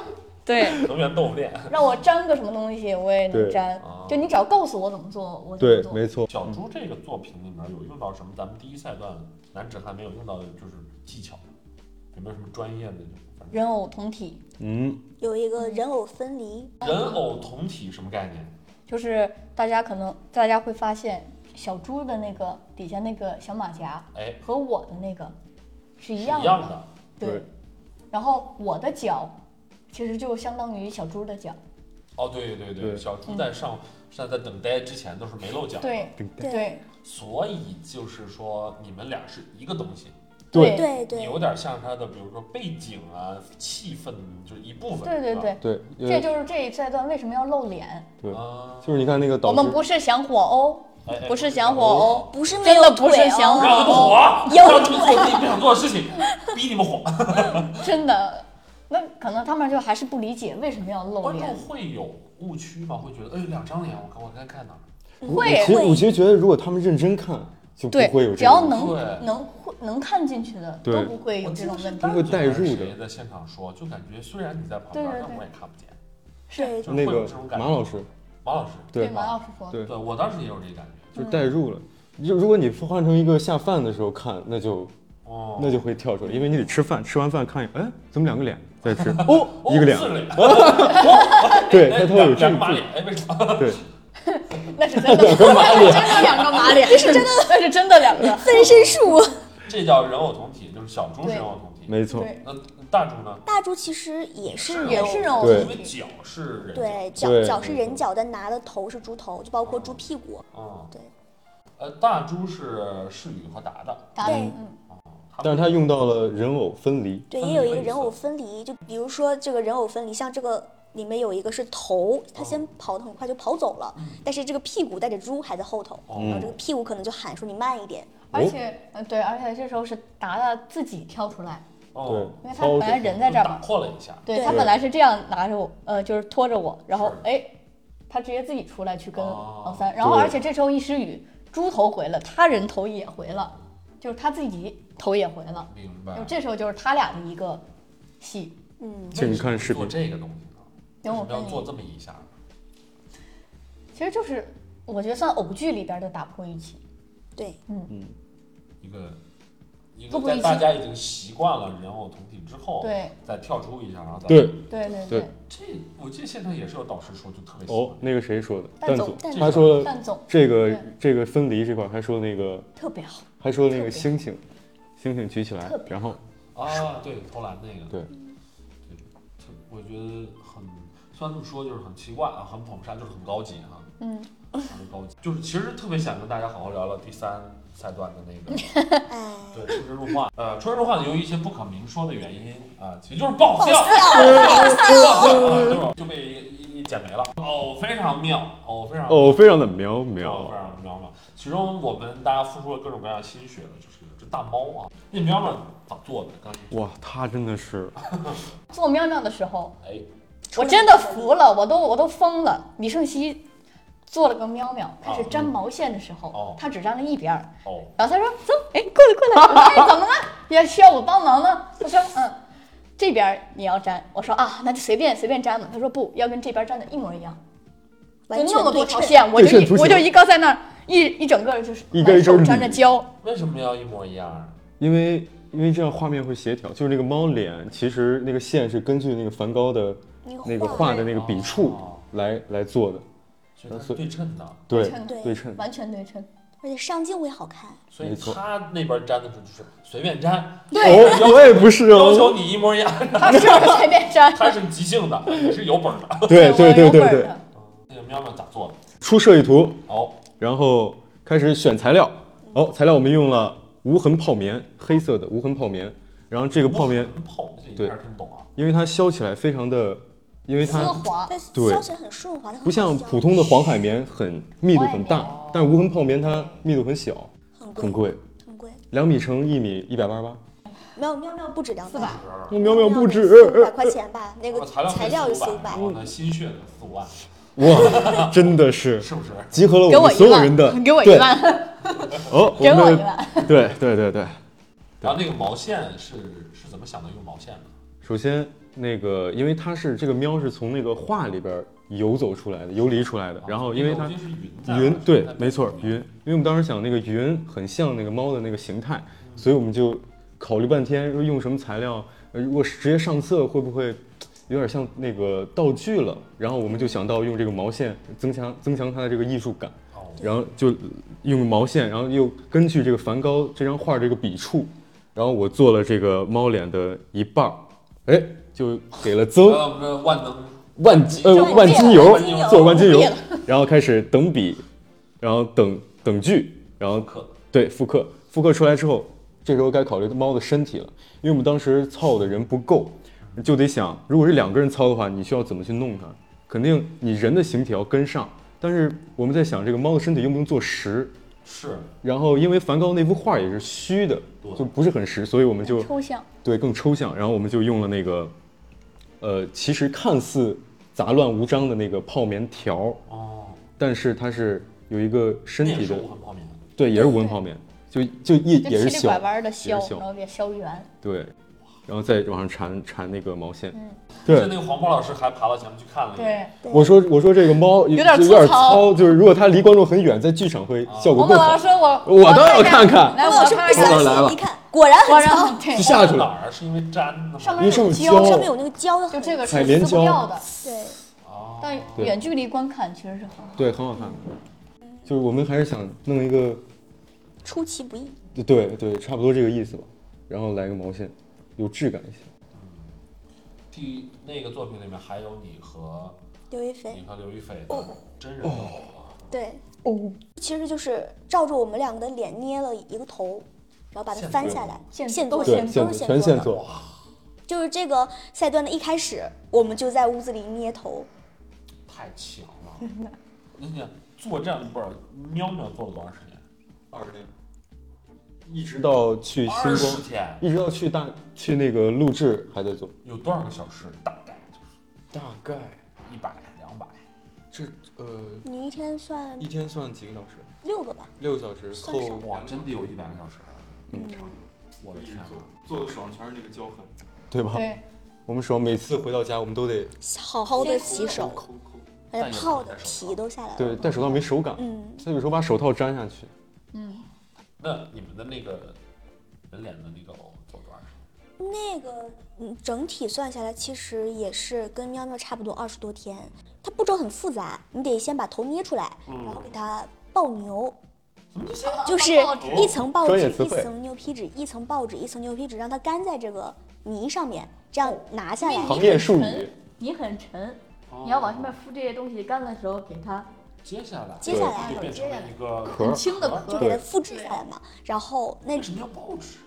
[SPEAKER 5] 对
[SPEAKER 3] 能源豆腐店。
[SPEAKER 5] 让我粘个什么东西，我也能
[SPEAKER 4] 对
[SPEAKER 5] 粘
[SPEAKER 3] 哦。
[SPEAKER 5] 就你只要告诉我怎么做，我怎么
[SPEAKER 4] 对，
[SPEAKER 5] 做。
[SPEAKER 4] 没错，
[SPEAKER 3] 小猪这个作品里面有用到什么？咱们第一赛段男子汉没有用到的就是技巧，有没有什么专业的？反正
[SPEAKER 5] 人偶同体
[SPEAKER 4] 嗯，
[SPEAKER 7] 有一个人偶分离，
[SPEAKER 3] 人偶同体什么概念？
[SPEAKER 5] 就是大家可能大家会发现，小猪的那个底下那个小马甲
[SPEAKER 3] 哎，
[SPEAKER 5] 和我的那个是一
[SPEAKER 3] 一
[SPEAKER 5] 样
[SPEAKER 3] 样的。
[SPEAKER 5] 对，然后我的脚其实就相当于小猪的脚。
[SPEAKER 3] 哦，对对对，
[SPEAKER 4] 对
[SPEAKER 3] 小猪在上在在等待之前都是没露脚，，
[SPEAKER 5] 对
[SPEAKER 7] 对
[SPEAKER 5] 对
[SPEAKER 3] 所以就是说你们俩是一个东西，
[SPEAKER 4] 对
[SPEAKER 7] 对
[SPEAKER 3] 你
[SPEAKER 7] 对
[SPEAKER 3] 有点像他的，比如说背景啊、气氛，就是一部分，
[SPEAKER 5] 对对
[SPEAKER 3] 是吧
[SPEAKER 4] 对，
[SPEAKER 5] 对，
[SPEAKER 4] 呃因
[SPEAKER 5] 这
[SPEAKER 4] 为
[SPEAKER 5] 就是这一赛段为什么要露脸？
[SPEAKER 4] 对，
[SPEAKER 3] 啊，
[SPEAKER 4] 就是你看那个
[SPEAKER 5] 我
[SPEAKER 4] 导
[SPEAKER 5] 们
[SPEAKER 4] 师，
[SPEAKER 5] 不是想火殴，
[SPEAKER 3] 哎哎
[SPEAKER 5] 不是想火哦殴，
[SPEAKER 7] 不是没
[SPEAKER 5] 真
[SPEAKER 7] 有
[SPEAKER 5] 的不是
[SPEAKER 7] 腿
[SPEAKER 5] 想
[SPEAKER 7] 哦
[SPEAKER 5] 火
[SPEAKER 3] 让我们火
[SPEAKER 5] 殴，，
[SPEAKER 3] 让你们做自己不想做的事情，逼你们火。
[SPEAKER 4] 哦
[SPEAKER 5] 真的。那可能他们就还是不理解为什么要露
[SPEAKER 3] 观众
[SPEAKER 5] 脸。
[SPEAKER 3] 会有误区吗？会觉得，哎，两张脸，我该我该看哪儿？
[SPEAKER 4] 我
[SPEAKER 5] 会
[SPEAKER 4] 其实我其实觉得，如果他们认真看，就不
[SPEAKER 5] 对
[SPEAKER 4] 会有，
[SPEAKER 5] 只
[SPEAKER 4] 这
[SPEAKER 5] 要
[SPEAKER 4] 种。
[SPEAKER 5] 能
[SPEAKER 3] 对
[SPEAKER 5] 能会能看进去的
[SPEAKER 4] 对
[SPEAKER 5] 都不会有
[SPEAKER 3] 我
[SPEAKER 5] 这
[SPEAKER 3] 记得
[SPEAKER 5] 种
[SPEAKER 3] 是
[SPEAKER 5] 问题。
[SPEAKER 3] 当时
[SPEAKER 4] 代入的
[SPEAKER 3] 谁在现场说，就感觉虽然你在旁边，
[SPEAKER 5] 对对对
[SPEAKER 3] 但我也看不见。
[SPEAKER 7] 对
[SPEAKER 3] 就是
[SPEAKER 4] 那
[SPEAKER 3] 会有
[SPEAKER 4] 个
[SPEAKER 3] 这种感
[SPEAKER 4] 马
[SPEAKER 3] 觉
[SPEAKER 4] 老师，
[SPEAKER 3] 马老师，
[SPEAKER 5] 对
[SPEAKER 4] 对，
[SPEAKER 5] 马老师说，
[SPEAKER 4] 对
[SPEAKER 3] 对我当时也有这感觉。
[SPEAKER 5] 嗯
[SPEAKER 4] 就是代入了。就如果你换成一个下饭的时候看，那就
[SPEAKER 3] 哦，
[SPEAKER 4] 那就会跳出来，因为你得吃饭，吃完饭看一眼，哎，怎么两个脸在吃？哦，一个脸
[SPEAKER 3] 哦，四脸，
[SPEAKER 4] 对，
[SPEAKER 3] 哎
[SPEAKER 4] 那他会有这
[SPEAKER 3] 两个马
[SPEAKER 4] 个
[SPEAKER 3] 脸，哎，为什么？
[SPEAKER 4] 对，
[SPEAKER 5] 那 是真的，那是真的两个马脸，这 是真的，那是真的两个。
[SPEAKER 7] 分 身术。
[SPEAKER 3] 这叫人偶同体，就是小猪是
[SPEAKER 5] 对
[SPEAKER 3] 人偶同体。
[SPEAKER 4] 没错，
[SPEAKER 5] 对，
[SPEAKER 3] 那大猪呢？
[SPEAKER 7] 大猪其实也是
[SPEAKER 5] 也是人偶
[SPEAKER 4] 对
[SPEAKER 5] 同
[SPEAKER 3] 因为
[SPEAKER 5] 体。
[SPEAKER 3] 脚是人。。
[SPEAKER 7] 对脚
[SPEAKER 4] 对
[SPEAKER 7] 脚是人脚，但拿的头是猪头，就包括猪屁股。
[SPEAKER 3] 嗯。
[SPEAKER 7] 对。
[SPEAKER 3] 呃，大猪是世宇和达达，
[SPEAKER 5] 答
[SPEAKER 7] 对
[SPEAKER 5] 嗯
[SPEAKER 4] 哦
[SPEAKER 3] 们
[SPEAKER 4] 但是他用到了人偶分离，
[SPEAKER 7] 对，
[SPEAKER 3] 分
[SPEAKER 7] 也有
[SPEAKER 3] 离
[SPEAKER 7] 一个
[SPEAKER 5] 嗯
[SPEAKER 3] 类
[SPEAKER 7] 人
[SPEAKER 3] 似
[SPEAKER 7] 偶分离，就比如说这个人偶分离，像这个里面有一个是头，
[SPEAKER 5] 哦
[SPEAKER 7] 他先跑得很快就跑走了，
[SPEAKER 5] 嗯
[SPEAKER 7] 但是这个屁股带着猪还在后头，
[SPEAKER 5] 哦
[SPEAKER 7] 然后这个屁股可能就喊说你慢一点，
[SPEAKER 5] 而且，呃，对，而且这时候是达达自己跳出来，
[SPEAKER 3] 哦，
[SPEAKER 4] 对，
[SPEAKER 5] 因为他本
[SPEAKER 4] 超
[SPEAKER 5] 来
[SPEAKER 4] 级
[SPEAKER 5] 人在这儿
[SPEAKER 3] 打
[SPEAKER 5] 嘛，
[SPEAKER 3] 破了一下。
[SPEAKER 5] 对
[SPEAKER 7] 对
[SPEAKER 5] 他本来是这样拿着我，呃，就是拖着我，然后
[SPEAKER 3] 是
[SPEAKER 5] 哎，他直接自己出来去跟
[SPEAKER 3] 哦
[SPEAKER 5] 老三，然后
[SPEAKER 4] 对
[SPEAKER 5] 而且这时候一时雨，猪头回了，他人头也回了，就是他自己头也回了，
[SPEAKER 3] 明
[SPEAKER 5] 就
[SPEAKER 3] 白。
[SPEAKER 5] 这时候就是他俩的一个戏。
[SPEAKER 7] 嗯，
[SPEAKER 4] 请看视频
[SPEAKER 3] 做这个东西呢？
[SPEAKER 5] 行我
[SPEAKER 3] 为什么
[SPEAKER 5] 跟
[SPEAKER 3] 要
[SPEAKER 5] 你
[SPEAKER 3] 做这么一下呢？
[SPEAKER 5] 其实就是我觉得算偶剧里边的打破预期，
[SPEAKER 7] 对，
[SPEAKER 3] 一个一
[SPEAKER 5] 各
[SPEAKER 3] 个
[SPEAKER 5] 不
[SPEAKER 3] 在
[SPEAKER 5] 一
[SPEAKER 3] 大
[SPEAKER 5] 致
[SPEAKER 3] 家已经习惯了人偶同体之后，
[SPEAKER 5] 对
[SPEAKER 3] 再跳出一下，然后再
[SPEAKER 4] 对，
[SPEAKER 5] 对对
[SPEAKER 4] 对
[SPEAKER 5] 对，
[SPEAKER 3] 这我记得现场也是有导师说，就特别喜欢。
[SPEAKER 4] 哦，那个谁说的？
[SPEAKER 5] 蛋
[SPEAKER 4] 总
[SPEAKER 5] 总，，
[SPEAKER 3] 总
[SPEAKER 4] 他说
[SPEAKER 5] 蛋总
[SPEAKER 4] 这个
[SPEAKER 5] 对
[SPEAKER 4] 这个分离这块儿还说那个
[SPEAKER 5] 特别好，
[SPEAKER 4] 还说那个
[SPEAKER 5] 特别
[SPEAKER 4] 星星，星星举起来
[SPEAKER 5] 特别，
[SPEAKER 4] 然后
[SPEAKER 3] 啊，对，投篮那个，
[SPEAKER 4] 对
[SPEAKER 3] 对，特我觉得很，虽然这么说就是很奇怪啊，很捧杀，就是很高级哈、
[SPEAKER 5] 嗯，
[SPEAKER 3] 很高级，就是其实特别想跟大家好好聊聊第三赛段的那个
[SPEAKER 7] 哎，
[SPEAKER 3] 对出神入化，呃，出神入化由于一些不可明说的原因啊、其实就是爆笑，爆笑，啊就是就被一一剪没了，哦，非常妙，哦，非常妙
[SPEAKER 4] 哦，非常的渺
[SPEAKER 3] 妙
[SPEAKER 4] 渺
[SPEAKER 3] 非，常妙妙。其中我们大家付出了各种各样的心血了，就是这大猫啊，那喵喵咋做的？刚才
[SPEAKER 4] 哇，他真的是
[SPEAKER 5] 做妙妙的时候，
[SPEAKER 3] 哎，
[SPEAKER 5] 我真的服了，我都我都疯了。李胜熙做了个喵喵，开始粘毛线的时候，
[SPEAKER 3] 啊嗯哦
[SPEAKER 5] 他只粘了一边儿，
[SPEAKER 3] 哦。
[SPEAKER 5] 然后他说走，哎，过来过 来，我说哎，怎么了？也需要我帮忙吗？他说嗯，这边儿你要粘，我说啊，那就随便随便粘吧。他说不要跟这边粘的一模一样，就
[SPEAKER 7] 完全
[SPEAKER 5] 那么
[SPEAKER 7] 对
[SPEAKER 5] 多条
[SPEAKER 7] 称，
[SPEAKER 5] 线，我
[SPEAKER 4] 对
[SPEAKER 5] 就
[SPEAKER 4] 称
[SPEAKER 5] 一
[SPEAKER 4] 图形
[SPEAKER 5] 我就一个在那儿一一整个就是
[SPEAKER 4] 一根一根
[SPEAKER 5] 手粘着
[SPEAKER 4] 捋
[SPEAKER 5] 胶，
[SPEAKER 3] 为什么要一模一样啊？
[SPEAKER 4] 因为因为这样画面会协调，就是那个猫脸，其实那个线是根据那个梵高的那
[SPEAKER 7] 那
[SPEAKER 4] 个
[SPEAKER 7] 个
[SPEAKER 4] 画
[SPEAKER 7] 画
[SPEAKER 4] 的那个笔触
[SPEAKER 3] 哦
[SPEAKER 4] 来来做的，
[SPEAKER 3] 所以它是对称的，
[SPEAKER 4] 对
[SPEAKER 5] 称
[SPEAKER 7] 对
[SPEAKER 4] 对称，
[SPEAKER 5] 完全对称。
[SPEAKER 7] 而且上镜会好看。
[SPEAKER 3] 所以
[SPEAKER 4] 没错
[SPEAKER 3] 它那边粘的时候就是随便粘，
[SPEAKER 4] 哦，我也不是
[SPEAKER 3] 要求
[SPEAKER 4] 哦，
[SPEAKER 3] 你一模一样，
[SPEAKER 5] 他是随便粘，
[SPEAKER 3] 它是即兴的，你是有本儿的。
[SPEAKER 4] 对对对
[SPEAKER 5] 我有本
[SPEAKER 4] 对
[SPEAKER 5] 儿
[SPEAKER 4] 对
[SPEAKER 5] 的，
[SPEAKER 3] 那个喵喵咋做的？
[SPEAKER 4] 出设计图，
[SPEAKER 3] 哦，
[SPEAKER 4] 然后开始选材料，哦，材料我们用了无痕泡棉，黑色的无痕泡棉，然后这个泡棉，
[SPEAKER 3] 泡面这
[SPEAKER 4] 对
[SPEAKER 3] 一下听懂啊。
[SPEAKER 4] 因为它削起来非常的，因为
[SPEAKER 5] 丝
[SPEAKER 4] 它
[SPEAKER 5] 滑，
[SPEAKER 7] 但
[SPEAKER 4] 对
[SPEAKER 7] 消起来很顺滑，它很
[SPEAKER 4] 不像
[SPEAKER 7] 好削
[SPEAKER 4] 普通的黄海绵很密度很大，但无痕泡棉它密度很小，
[SPEAKER 7] 很贵
[SPEAKER 4] 很贵，
[SPEAKER 7] 很贵，
[SPEAKER 4] 两米乘一米一百八十八。
[SPEAKER 7] 没有喵喵不止两
[SPEAKER 5] 四百
[SPEAKER 7] 百，
[SPEAKER 4] 那苗苗不止
[SPEAKER 7] 五百块 钱吧，那
[SPEAKER 3] 那
[SPEAKER 7] 个
[SPEAKER 3] 哦材料
[SPEAKER 7] 材料
[SPEAKER 3] 是
[SPEAKER 7] 是
[SPEAKER 3] 四
[SPEAKER 7] 四
[SPEAKER 3] 五
[SPEAKER 7] 五
[SPEAKER 3] 百，
[SPEAKER 7] 百
[SPEAKER 3] 然，后呢，心血的四五万，
[SPEAKER 4] 哇，真的是
[SPEAKER 3] 是不是？
[SPEAKER 4] 集合了
[SPEAKER 5] 给
[SPEAKER 4] 我
[SPEAKER 5] 我
[SPEAKER 4] 们所
[SPEAKER 5] 一
[SPEAKER 4] 有人的
[SPEAKER 5] 万，给我一
[SPEAKER 4] 对
[SPEAKER 5] 万，
[SPEAKER 4] 哦，
[SPEAKER 5] 给我
[SPEAKER 4] 们
[SPEAKER 5] 一
[SPEAKER 4] 的
[SPEAKER 5] 万。
[SPEAKER 4] 对对对对。
[SPEAKER 3] 然后那个毛线是是怎么想的？用毛线的？
[SPEAKER 4] 首先，那个因为它是这个喵是从那个画里边游走出来的，游离出来
[SPEAKER 3] 啊
[SPEAKER 4] 的，然后因为它
[SPEAKER 3] 这个东西是云在
[SPEAKER 4] 云
[SPEAKER 3] 吧
[SPEAKER 4] 对
[SPEAKER 3] 在，
[SPEAKER 4] 没错
[SPEAKER 3] 里，面
[SPEAKER 4] 云，因为我们当时想那个云很像那个猫的那个形态，所以我们就考虑半天，说用什么材料，呃，如果直接上色会不会有点像那个道具了？然后我们就想到用这个毛线增强增强它的这个艺术感，
[SPEAKER 3] 哦，
[SPEAKER 4] 然后就用毛线，然后又根据这个梵高这张画这个笔触，然后我做了这个猫脸的一半儿，哎，就给了增
[SPEAKER 3] 呃，我们这万能
[SPEAKER 4] 万金呃
[SPEAKER 5] 万
[SPEAKER 4] 万金油
[SPEAKER 5] 金油
[SPEAKER 4] 做万金油
[SPEAKER 5] 灭了，
[SPEAKER 4] 然后开始等比，然后等等距，然后
[SPEAKER 3] 可
[SPEAKER 4] 对复刻，复刻出来之后，这时候该考虑猫的身体了，因为我们当时操的人不够，就得想，如果是两个人操的话，你需要怎么去弄它？肯定你人的形体要跟上，但是我们在想这个猫的身体用不用做实？
[SPEAKER 3] 是
[SPEAKER 4] 然后因为梵高那幅画也是虚的
[SPEAKER 3] 对，
[SPEAKER 4] 就不是很实，所以我们就
[SPEAKER 5] 抽象，
[SPEAKER 4] 对，更抽象。然后我们就用了那个，呃，其实看似杂乱无章的那个泡棉条，
[SPEAKER 3] 哦，
[SPEAKER 4] 但是它是有一个身
[SPEAKER 3] 面
[SPEAKER 4] 体
[SPEAKER 3] 熟
[SPEAKER 4] 的，
[SPEAKER 3] 很泡面，
[SPEAKER 4] 对，也是无痕泡棉，就就也
[SPEAKER 5] 就
[SPEAKER 4] 也是
[SPEAKER 5] 七里拐
[SPEAKER 4] 小，
[SPEAKER 5] 弯的削
[SPEAKER 4] 也是，小
[SPEAKER 5] 然后给削圆，
[SPEAKER 4] 对，然后再往上缠缠那个毛线，
[SPEAKER 5] 嗯
[SPEAKER 3] 就
[SPEAKER 4] 对
[SPEAKER 3] 那。个黄渤老师还爬到前面去看了一眼，
[SPEAKER 5] 对。
[SPEAKER 7] 对
[SPEAKER 4] 我说我说这个猫有
[SPEAKER 5] 有点
[SPEAKER 4] 就
[SPEAKER 5] 粗
[SPEAKER 4] 有点
[SPEAKER 5] 糙
[SPEAKER 4] 糙，就是如果它离观众很远，在剧场会效果更
[SPEAKER 5] 王本老
[SPEAKER 4] 好。
[SPEAKER 5] 师，我
[SPEAKER 4] 我倒要看看
[SPEAKER 5] 看，来
[SPEAKER 7] 我
[SPEAKER 5] 我
[SPEAKER 7] 老师
[SPEAKER 5] 看
[SPEAKER 7] 不
[SPEAKER 5] 看，
[SPEAKER 4] 我来
[SPEAKER 7] 相
[SPEAKER 4] 了
[SPEAKER 7] 信，一看果然
[SPEAKER 5] 果
[SPEAKER 7] 很糙，
[SPEAKER 5] 然对
[SPEAKER 4] 就，下去了，
[SPEAKER 3] 哪儿是因为粘的吗？
[SPEAKER 5] 上
[SPEAKER 4] 因为
[SPEAKER 5] 面
[SPEAKER 4] 上
[SPEAKER 5] 有
[SPEAKER 4] 面
[SPEAKER 5] 胶，
[SPEAKER 7] 上面有那个胶的
[SPEAKER 5] 就
[SPEAKER 7] 痕，
[SPEAKER 5] 这个是
[SPEAKER 4] 海绵
[SPEAKER 5] 撕不掉
[SPEAKER 4] 胶
[SPEAKER 5] 的，
[SPEAKER 7] 对，
[SPEAKER 3] 哦
[SPEAKER 5] 但
[SPEAKER 4] 对
[SPEAKER 5] 远距离观看其实是很好。
[SPEAKER 4] 对，很好看。就是我们还是想弄一个
[SPEAKER 7] 出其不意。
[SPEAKER 4] 对对，差不多这个意思吧。然后来个毛线，有质感一些。
[SPEAKER 3] 第那个作品里面还有你和
[SPEAKER 7] 刘亦
[SPEAKER 3] 你
[SPEAKER 7] 菲，
[SPEAKER 3] 和刘亦菲的真人的嗯
[SPEAKER 7] 对，
[SPEAKER 5] 哦，
[SPEAKER 7] 其实就是照着我们两个的脸捏了一个头，然后把它
[SPEAKER 3] 现
[SPEAKER 7] 翻
[SPEAKER 3] 做
[SPEAKER 7] 下
[SPEAKER 3] 的
[SPEAKER 7] 来，
[SPEAKER 5] 现
[SPEAKER 7] 现
[SPEAKER 5] 做
[SPEAKER 7] 做
[SPEAKER 5] 的
[SPEAKER 7] 的
[SPEAKER 4] 对，
[SPEAKER 5] 现
[SPEAKER 4] 线
[SPEAKER 7] 都是
[SPEAKER 4] 索
[SPEAKER 7] 现
[SPEAKER 4] 全
[SPEAKER 7] 做
[SPEAKER 4] 线
[SPEAKER 7] 的。
[SPEAKER 4] 索，
[SPEAKER 7] 就是这个赛段的一开始，我们就在屋子里捏头，
[SPEAKER 3] 太强了。那你作战不是喵喵做了多长时间？
[SPEAKER 4] 二十天，一直到去
[SPEAKER 3] 二
[SPEAKER 4] 星
[SPEAKER 3] 十
[SPEAKER 4] 光，
[SPEAKER 3] 天，
[SPEAKER 4] 一直到去大去那个录制还在做，
[SPEAKER 3] 有多少个小时？大概就是
[SPEAKER 4] 大概
[SPEAKER 3] 一百、两百。
[SPEAKER 4] 这呃
[SPEAKER 7] 你一天算
[SPEAKER 4] 天算几个小时？
[SPEAKER 7] 六个吧？
[SPEAKER 4] 六个小时
[SPEAKER 7] 算是扣
[SPEAKER 3] 哇，真得有一百个小时！
[SPEAKER 7] 嗯，
[SPEAKER 3] 我的天啊哪！
[SPEAKER 4] 做的爽全是那个胶痕，对吧？
[SPEAKER 5] 对，
[SPEAKER 4] 我们爽每次回到家我们都得
[SPEAKER 7] 好好的洗手，而
[SPEAKER 3] 但
[SPEAKER 7] 且
[SPEAKER 3] 也
[SPEAKER 7] 哎泡的
[SPEAKER 3] 戴手套
[SPEAKER 7] 皮都下来了。
[SPEAKER 4] 对戴手套没手感，
[SPEAKER 7] 嗯，
[SPEAKER 4] 所以有时候把手套粘下去。
[SPEAKER 5] 嗯，
[SPEAKER 3] 那你们的那个人脸的那个偶走多少张？
[SPEAKER 7] 那个嗯，整体算下来其实也是跟喵喵差不多二十多天。它步骤很复杂，你得先把头捏出来，
[SPEAKER 4] 嗯
[SPEAKER 7] 然后给它爆 牛，就是一层报
[SPEAKER 4] 哦专
[SPEAKER 7] 纸
[SPEAKER 4] 业词
[SPEAKER 7] 一
[SPEAKER 4] 汇
[SPEAKER 7] 层牛皮纸，一层报纸一层牛皮纸，让它干在这个泥上面，这
[SPEAKER 4] 哦
[SPEAKER 7] 样拿下来。
[SPEAKER 4] 行业术语，
[SPEAKER 2] 你很沉，你要往上面敷这些东西，干的时候给它
[SPEAKER 3] 接下来
[SPEAKER 7] 接下来
[SPEAKER 3] 就变成了一个
[SPEAKER 4] 壳儿
[SPEAKER 5] 轻的壳
[SPEAKER 7] 就
[SPEAKER 5] 儿，
[SPEAKER 7] 给它复制下来嘛，然后那
[SPEAKER 3] 为什么要报纸？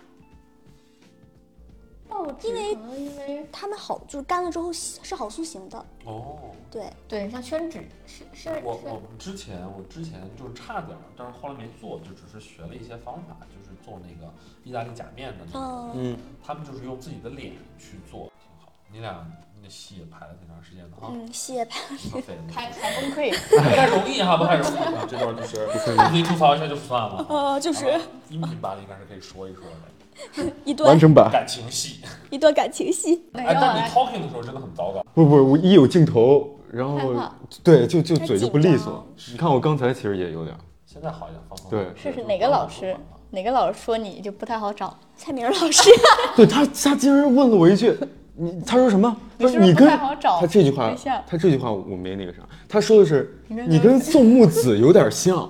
[SPEAKER 7] 因为
[SPEAKER 5] 可能因为
[SPEAKER 7] 它们好就是干了之后是好塑形的，
[SPEAKER 3] 哦，
[SPEAKER 7] 对，
[SPEAKER 5] 对，像宣纸是是
[SPEAKER 3] 我
[SPEAKER 5] 是
[SPEAKER 3] 我们之前我之前就是差点儿，但是后来没做，就只是学了一些方法，就是做那个意大利假面的那个，
[SPEAKER 7] 嗯。
[SPEAKER 4] 嗯，
[SPEAKER 3] 他们就是用自己的脸去做，挺好。你俩那戏也排了挺长时间的啊，
[SPEAKER 7] 嗯，谢吧。
[SPEAKER 3] 浪费了
[SPEAKER 5] 还 还崩溃，
[SPEAKER 3] 不太容易哈，不太容易啊， 这段就是 自己吐槽一下就算了
[SPEAKER 5] 哦
[SPEAKER 3] 哈。
[SPEAKER 7] 呃，就
[SPEAKER 3] 好吧音频版里应该是可以说一说的
[SPEAKER 7] 一
[SPEAKER 4] 完
[SPEAKER 7] 段
[SPEAKER 4] 整版。
[SPEAKER 3] 感情戏，
[SPEAKER 7] 一段感情戏，
[SPEAKER 5] 对
[SPEAKER 3] 哎，
[SPEAKER 5] 然后
[SPEAKER 3] 但你
[SPEAKER 5] 来
[SPEAKER 3] talking 的时候真的很糟糕。
[SPEAKER 4] 不不，我一有镜头，然后
[SPEAKER 5] 害怕
[SPEAKER 4] 对，就就嘴
[SPEAKER 7] 紧
[SPEAKER 4] 就不利
[SPEAKER 7] 张
[SPEAKER 4] 索。你看我刚才其实也有点儿，
[SPEAKER 3] 现在好一点，放松。
[SPEAKER 4] 对
[SPEAKER 5] 试试哪个老师哪个老师说你就不太好找，
[SPEAKER 7] 蔡明老 师，
[SPEAKER 4] 对他他竟然问了我一句，你他说什么？他
[SPEAKER 5] 你是
[SPEAKER 4] 说
[SPEAKER 5] 不是
[SPEAKER 4] 你
[SPEAKER 5] 不
[SPEAKER 4] 跟
[SPEAKER 5] 太好找
[SPEAKER 4] 他这句话
[SPEAKER 5] 对象，
[SPEAKER 4] 他这句话我没那个啥，他说的是
[SPEAKER 5] 跟
[SPEAKER 4] 你
[SPEAKER 5] 他
[SPEAKER 4] 跟宋木子有点 像。哇，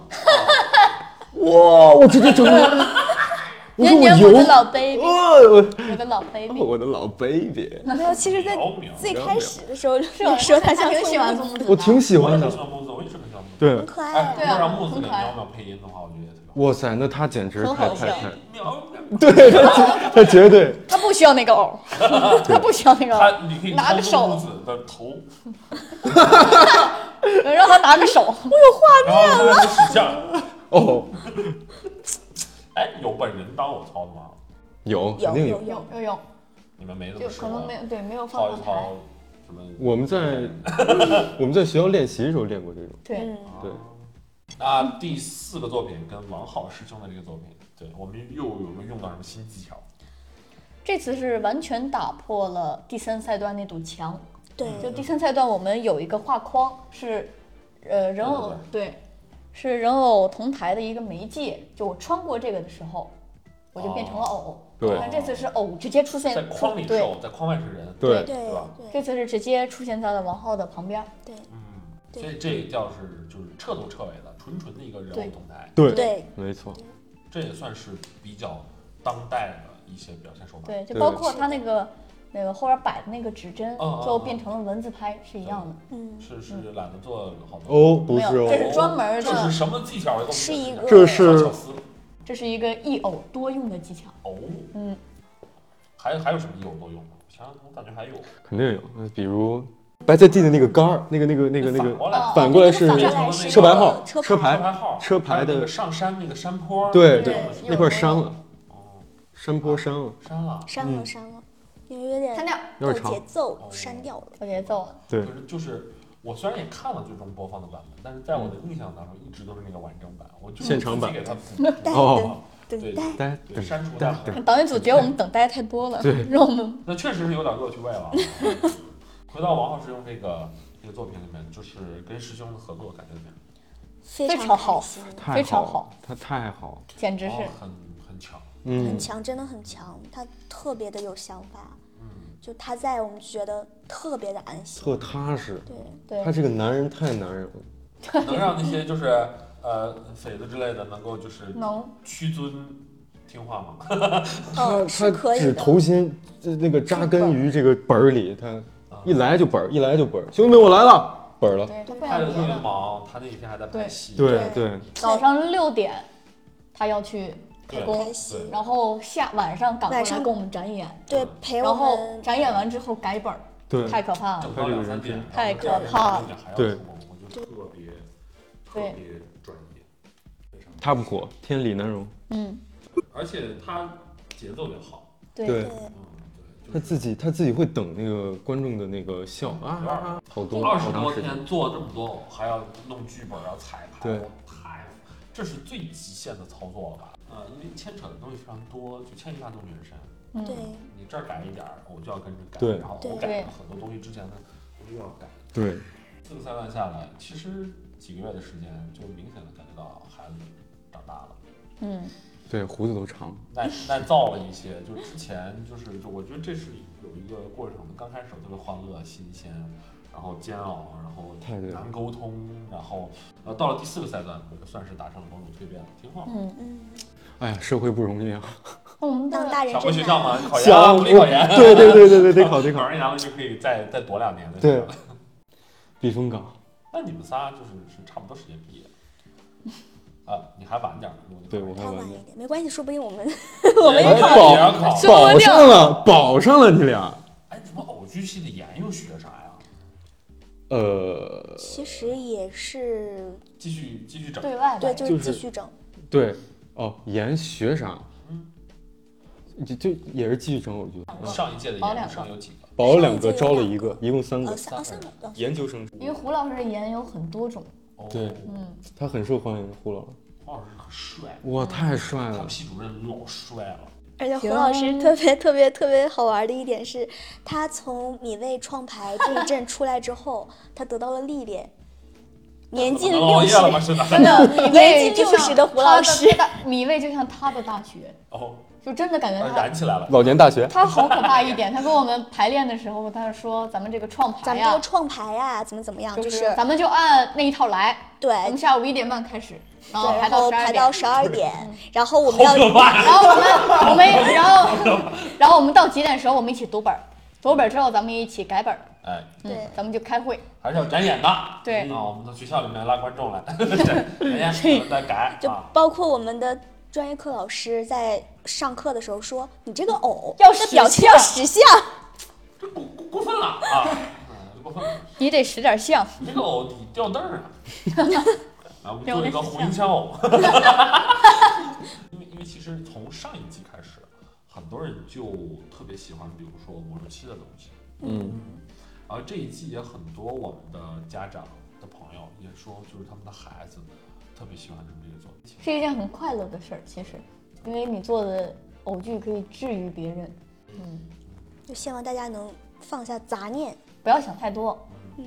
[SPEAKER 4] 我直接整个，我说
[SPEAKER 5] 人
[SPEAKER 4] 我
[SPEAKER 5] 家我
[SPEAKER 4] 油
[SPEAKER 5] 的，老 baby，
[SPEAKER 4] 哇
[SPEAKER 5] 我的老
[SPEAKER 4] 我
[SPEAKER 5] baby，
[SPEAKER 4] 我的老 baby，
[SPEAKER 7] 没有，其实在
[SPEAKER 3] 苗苗，
[SPEAKER 7] 最开始的时候就
[SPEAKER 5] 我
[SPEAKER 7] 说他像
[SPEAKER 5] 挺
[SPEAKER 7] 宋
[SPEAKER 5] 喜欢
[SPEAKER 7] 木
[SPEAKER 5] 公子，
[SPEAKER 4] 我挺喜
[SPEAKER 3] 我也
[SPEAKER 4] 欢
[SPEAKER 3] 很
[SPEAKER 4] 的
[SPEAKER 3] 喜。欢木子，我一直很喜欢木子。
[SPEAKER 4] 对
[SPEAKER 7] 很，可
[SPEAKER 3] 哎，
[SPEAKER 7] 爱
[SPEAKER 3] 如
[SPEAKER 5] 对
[SPEAKER 7] 的。
[SPEAKER 5] 啊
[SPEAKER 3] 果让木子
[SPEAKER 5] 很
[SPEAKER 3] 给
[SPEAKER 5] 可爱
[SPEAKER 3] 苗苗配音的话，我觉得也特别好。
[SPEAKER 4] 哇塞，那他简直
[SPEAKER 5] 很
[SPEAKER 4] 太
[SPEAKER 5] 好
[SPEAKER 4] 太
[SPEAKER 5] 笑
[SPEAKER 4] 太，
[SPEAKER 3] 苗苗，
[SPEAKER 4] 对他绝他绝对
[SPEAKER 5] 他不需要那个偶，他不需要那个偶，
[SPEAKER 3] 他你可以操
[SPEAKER 5] 拿个
[SPEAKER 3] 纵
[SPEAKER 5] 手
[SPEAKER 3] 木子的头，
[SPEAKER 5] 让他拿个手，
[SPEAKER 3] 然后让他使劲儿。
[SPEAKER 4] 哦，
[SPEAKER 3] 哎，有本人当我操的吗？
[SPEAKER 4] 有肯
[SPEAKER 7] 有
[SPEAKER 4] 定
[SPEAKER 7] 有有
[SPEAKER 5] 有，有有，
[SPEAKER 3] 你们没怎
[SPEAKER 5] 就
[SPEAKER 3] 么啊试
[SPEAKER 5] 可
[SPEAKER 3] 过
[SPEAKER 5] 能没有对没有放
[SPEAKER 3] 操
[SPEAKER 5] 上
[SPEAKER 3] 一
[SPEAKER 5] 台
[SPEAKER 3] 操，什么？
[SPEAKER 4] 我们 在我们在学校练习的时候练过这种，
[SPEAKER 5] 对，
[SPEAKER 7] 嗯，
[SPEAKER 4] 对，
[SPEAKER 3] 那啊第四个作品跟王浩师兄的这个作品，对我们又有没有用到什么新技巧？
[SPEAKER 5] 这次是完全打破了第三赛段那堵墙。就
[SPEAKER 7] 对，
[SPEAKER 5] 第三赛段，我们有一个画框是，呃，人偶对，是人偶同台的一个媒介。就我穿过这个的时候，我就变成了偶。
[SPEAKER 4] 对
[SPEAKER 5] 但这次是偶直接出现
[SPEAKER 3] 在框里是
[SPEAKER 5] 出对，
[SPEAKER 3] 偶，在框外是人。
[SPEAKER 4] 对
[SPEAKER 7] 对
[SPEAKER 3] 对吧
[SPEAKER 5] 这次是直接出现在了王浩的旁边。
[SPEAKER 3] 嗯，
[SPEAKER 7] 对
[SPEAKER 3] 所以这叫是就是彻头彻尾的纯纯的一个人
[SPEAKER 5] 对
[SPEAKER 3] 物动态，
[SPEAKER 4] 对
[SPEAKER 7] 对对，
[SPEAKER 4] 没错，
[SPEAKER 3] 这也算是比较当代的一些表现手法。
[SPEAKER 5] 对，就
[SPEAKER 4] 对
[SPEAKER 5] 包括他那个那个后边摆的那个指针，
[SPEAKER 3] 哦哦
[SPEAKER 5] 最后变成了文字拍是一样的。
[SPEAKER 7] 嗯，
[SPEAKER 3] 是是懒得做好多
[SPEAKER 4] 哦，不是
[SPEAKER 5] 没有这
[SPEAKER 4] 哦，
[SPEAKER 5] 是专门
[SPEAKER 3] 这是
[SPEAKER 5] 的，
[SPEAKER 3] 什么技巧？
[SPEAKER 7] 是一个
[SPEAKER 4] 这是
[SPEAKER 3] 巧思
[SPEAKER 5] 这是一个一偶多用的技巧。
[SPEAKER 3] 哦，
[SPEAKER 5] 嗯，
[SPEAKER 3] 还还有什么有都用的？我想想，我感觉还有
[SPEAKER 4] 肯定有，呃比如白菜地的那个杆儿，那个那个那个那
[SPEAKER 3] 反过
[SPEAKER 4] 个
[SPEAKER 5] 哦
[SPEAKER 3] 来
[SPEAKER 4] 反过来是
[SPEAKER 7] 反过来是
[SPEAKER 4] 车牌号、车
[SPEAKER 7] 车牌
[SPEAKER 3] 车
[SPEAKER 4] 牌，
[SPEAKER 3] 牌号、
[SPEAKER 4] 车牌的
[SPEAKER 3] 还有那个上山那个山坡，
[SPEAKER 4] 对对
[SPEAKER 7] 对有，
[SPEAKER 4] 那块删了，
[SPEAKER 3] 哦，
[SPEAKER 4] 山坡删了，
[SPEAKER 3] 删了，
[SPEAKER 7] 删了删了，因为有点
[SPEAKER 5] 删掉
[SPEAKER 4] 有
[SPEAKER 7] 有
[SPEAKER 4] 点长
[SPEAKER 7] 节奏，删掉了。
[SPEAKER 5] 我节奏，
[SPEAKER 4] 对
[SPEAKER 3] 可是就是我虽然也看了最终播放的版本，但是在我的印象当中一直都是那个完整版，我就是
[SPEAKER 4] 现场版
[SPEAKER 3] 自己给它补
[SPEAKER 7] 但
[SPEAKER 3] 补
[SPEAKER 4] 哦
[SPEAKER 7] 等待，
[SPEAKER 4] 呆
[SPEAKER 3] 对删除
[SPEAKER 4] 呆
[SPEAKER 3] 掉
[SPEAKER 4] 呆，
[SPEAKER 5] 导演组觉得我们等待太多了， 让我们
[SPEAKER 3] 那确实是有点恶趣味了。啊 回到王浩师兄这个这个作品里面，就是跟师兄的合作感觉怎么样？
[SPEAKER 7] 非
[SPEAKER 5] 非
[SPEAKER 7] 常
[SPEAKER 5] 常好
[SPEAKER 7] 开心，
[SPEAKER 4] 太
[SPEAKER 5] 非常
[SPEAKER 4] 好
[SPEAKER 5] 好
[SPEAKER 4] 了，他太好了，
[SPEAKER 5] 简直是
[SPEAKER 3] 哦、很很巧，
[SPEAKER 4] 嗯
[SPEAKER 7] 很，强，真的很强。他特别的有想法，
[SPEAKER 3] 嗯，
[SPEAKER 7] 就他在我们觉得特别的安心。
[SPEAKER 4] 特踏实，
[SPEAKER 7] 对，
[SPEAKER 5] 对
[SPEAKER 4] 他。这个男人太男人了，
[SPEAKER 3] 能让那些就是呃匪子之类的能够就是
[SPEAKER 5] 能啊
[SPEAKER 3] 屈尊听话吗？
[SPEAKER 7] 嗯，
[SPEAKER 4] 他
[SPEAKER 7] 是可以
[SPEAKER 4] 只
[SPEAKER 7] 的。
[SPEAKER 4] 投心呃那个扎根于这个本儿里，他
[SPEAKER 3] 啊
[SPEAKER 4] 一来就本儿，一来就本儿，兄弟们我来了，本儿了，
[SPEAKER 5] 对他啊不
[SPEAKER 3] 他
[SPEAKER 5] 想
[SPEAKER 3] 特
[SPEAKER 5] 别
[SPEAKER 3] 别
[SPEAKER 5] 的。
[SPEAKER 3] 忙，他那一天还在拍戏，
[SPEAKER 4] 对
[SPEAKER 7] 对
[SPEAKER 4] 对，
[SPEAKER 5] 早上六点，他要去开
[SPEAKER 3] 对
[SPEAKER 5] 工
[SPEAKER 7] 开，心
[SPEAKER 5] 然后下晚上赶过
[SPEAKER 7] 晚
[SPEAKER 5] 来
[SPEAKER 7] 上
[SPEAKER 5] 跟我们展演，
[SPEAKER 7] 对，陪我
[SPEAKER 5] 然后
[SPEAKER 7] 们
[SPEAKER 5] 展演完之后改本儿，
[SPEAKER 4] 对
[SPEAKER 5] 太可怕了
[SPEAKER 3] 整。到两三点，
[SPEAKER 5] 太可怕了，
[SPEAKER 4] 对
[SPEAKER 3] 我就特别特
[SPEAKER 5] 对
[SPEAKER 3] 别专业，
[SPEAKER 4] 他不火，天理难容，
[SPEAKER 5] 嗯，
[SPEAKER 3] 而且他节奏也好，
[SPEAKER 5] 对
[SPEAKER 4] 对
[SPEAKER 7] 对。。
[SPEAKER 3] 嗯，对，
[SPEAKER 4] 他
[SPEAKER 3] 就是
[SPEAKER 4] 自己他自己会等那个观众的那个笑啊啊，啊好多
[SPEAKER 3] 二
[SPEAKER 4] 好
[SPEAKER 3] 十
[SPEAKER 4] 长
[SPEAKER 3] 多
[SPEAKER 4] 时间，
[SPEAKER 3] 天做这么多，还要弄剧本，要彩排，啊
[SPEAKER 4] 对
[SPEAKER 3] 太，这是最极限的操作了吧？呃，因为牵扯的东西非常多，就牵一发动全身。
[SPEAKER 5] 嗯
[SPEAKER 7] 对，
[SPEAKER 3] 你这儿改一点儿，我就要跟着改，
[SPEAKER 4] 对
[SPEAKER 3] 然后
[SPEAKER 7] 对
[SPEAKER 3] 我改
[SPEAKER 5] 对
[SPEAKER 3] 了很多东西之前呢，我又要改。
[SPEAKER 4] 对，
[SPEAKER 3] 四个三万下来，其实几个月的时间，就明显的感觉到孩子长大了。
[SPEAKER 5] 嗯，
[SPEAKER 4] 对，胡子都长。
[SPEAKER 3] 耐耐造了一些。就之前就是，就我觉得这是有一个过程的，刚开始特别欢乐、新鲜，然后煎熬，然后
[SPEAKER 4] 太对了
[SPEAKER 3] 难沟通，然后呃到了第四个赛段，算是达成了某种蜕变，挺好。
[SPEAKER 5] 嗯，
[SPEAKER 7] 嗯，
[SPEAKER 4] 哎呀，社会不容易啊！
[SPEAKER 5] 我们
[SPEAKER 7] 当
[SPEAKER 5] 的
[SPEAKER 7] 大人
[SPEAKER 3] 想回学
[SPEAKER 7] 真难
[SPEAKER 3] 校吗？
[SPEAKER 5] 嗯
[SPEAKER 3] 考研啊，
[SPEAKER 4] 想
[SPEAKER 3] 努力考研。
[SPEAKER 4] 对对对对对，得考得
[SPEAKER 3] 考
[SPEAKER 4] 考。
[SPEAKER 3] 完研了就可以再再躲两年的。
[SPEAKER 4] 对，避风港。
[SPEAKER 3] 那你们仨就是是差不多时间毕业。啊，你还晚点儿，如果你
[SPEAKER 4] 对我还
[SPEAKER 7] 他晚
[SPEAKER 4] 晚
[SPEAKER 7] 一
[SPEAKER 4] 点。
[SPEAKER 7] 点没关系，说不定我们
[SPEAKER 3] 呃
[SPEAKER 5] 我们
[SPEAKER 3] 也
[SPEAKER 5] 也
[SPEAKER 4] 哎
[SPEAKER 5] 考
[SPEAKER 3] 考
[SPEAKER 4] 保
[SPEAKER 3] 考。
[SPEAKER 5] 是
[SPEAKER 4] 保上了，保上了，你俩。
[SPEAKER 3] 哎，你们偶剧系的研又学啥呀？
[SPEAKER 4] 呃，
[SPEAKER 7] 其实也是
[SPEAKER 3] 继续继续整。
[SPEAKER 5] 对外吧
[SPEAKER 7] 对，就
[SPEAKER 4] 就
[SPEAKER 7] 是
[SPEAKER 4] 是
[SPEAKER 7] 继续整。
[SPEAKER 4] 对，哦，研学啥
[SPEAKER 3] 嗯？
[SPEAKER 4] 就就也是继续整偶剧，
[SPEAKER 3] 上一届的
[SPEAKER 5] 保
[SPEAKER 3] 研究
[SPEAKER 5] 两
[SPEAKER 3] 生
[SPEAKER 5] 个
[SPEAKER 3] 有几个？
[SPEAKER 4] 嗯保了两个，招了一个，一共三
[SPEAKER 7] 哦
[SPEAKER 5] 呃
[SPEAKER 4] 个。
[SPEAKER 7] 三哦三个哦
[SPEAKER 4] 研究生，
[SPEAKER 5] 因为胡老师的盐有很多 种，
[SPEAKER 3] 哦
[SPEAKER 4] 对
[SPEAKER 5] 嗯，
[SPEAKER 4] 他很受欢迎，胡老师。
[SPEAKER 3] 黄老师可帅了，
[SPEAKER 4] 哇，太帅
[SPEAKER 3] 他
[SPEAKER 4] 了
[SPEAKER 3] 们！系主任老帅了。
[SPEAKER 7] 而且胡
[SPEAKER 5] 行
[SPEAKER 7] 老师特别特别特别好玩的一点是，他从米未创牌这一阵出来之后，他得到了历练。年近
[SPEAKER 3] 能熬
[SPEAKER 7] 六
[SPEAKER 3] 夜
[SPEAKER 7] 十，
[SPEAKER 3] 哦了吗？是的。
[SPEAKER 5] 真的，米
[SPEAKER 7] 年
[SPEAKER 5] 味
[SPEAKER 7] 近
[SPEAKER 5] 就
[SPEAKER 7] 六
[SPEAKER 5] 像
[SPEAKER 7] 十的胡老师，
[SPEAKER 5] 他的，米味就像他的大学，
[SPEAKER 3] 哦，
[SPEAKER 5] 就真的感觉他
[SPEAKER 3] 燃起来了。
[SPEAKER 4] 老年大学，
[SPEAKER 5] 他好可怕一点。他跟我们排练的时候，他说咱们这个创牌
[SPEAKER 7] 咱们这
[SPEAKER 5] 呀
[SPEAKER 7] 个，创牌啊，怎么怎么样，
[SPEAKER 5] 就
[SPEAKER 7] 哎就是
[SPEAKER 5] 咱们就按那一套来，
[SPEAKER 7] 对
[SPEAKER 5] 我们
[SPEAKER 7] 对，
[SPEAKER 5] 下午一点半开始，然后排
[SPEAKER 7] 然
[SPEAKER 5] 到
[SPEAKER 7] 后
[SPEAKER 5] 十二
[SPEAKER 7] 哦排
[SPEAKER 5] 点
[SPEAKER 7] 到。十二点，嗯然后 我们
[SPEAKER 3] 好
[SPEAKER 7] 要
[SPEAKER 3] 可怕哦呀！
[SPEAKER 5] 然后我们我们然后然后我们到几点的时候我们一起读本儿，读本儿之后咱们一起改本儿，
[SPEAKER 3] 哎，
[SPEAKER 7] 对
[SPEAKER 5] 嗯，咱们就开会。
[SPEAKER 3] 还是要展演的。
[SPEAKER 5] 对
[SPEAKER 3] 啊，我们到学校里面拉观众来， 展演，再改
[SPEAKER 7] 就
[SPEAKER 3] 啊。
[SPEAKER 7] 包括我们的专业课老师在上课的时候说，你这个偶
[SPEAKER 5] 要
[SPEAKER 7] 这
[SPEAKER 5] 识
[SPEAKER 7] 表情
[SPEAKER 5] 相
[SPEAKER 7] 要识相，
[SPEAKER 3] 这过过过分了啊！嗯过分了。
[SPEAKER 5] 你得使点相，
[SPEAKER 3] 你这个偶你掉凳儿啊！啊，我们做一个红枪偶。因为因为其实从上一季开始，很多人就特别喜欢，比如说魔术期的东西。
[SPEAKER 4] 嗯，
[SPEAKER 3] 然后这一季也很多我们的家长的朋友也说，就是他们的孩子特别喜欢这么一个作品。
[SPEAKER 5] 是一件很快乐的事儿。其实，因为你做的偶剧可以治愈别人，
[SPEAKER 7] 就希望大家能放下杂念。
[SPEAKER 5] 不要想太多，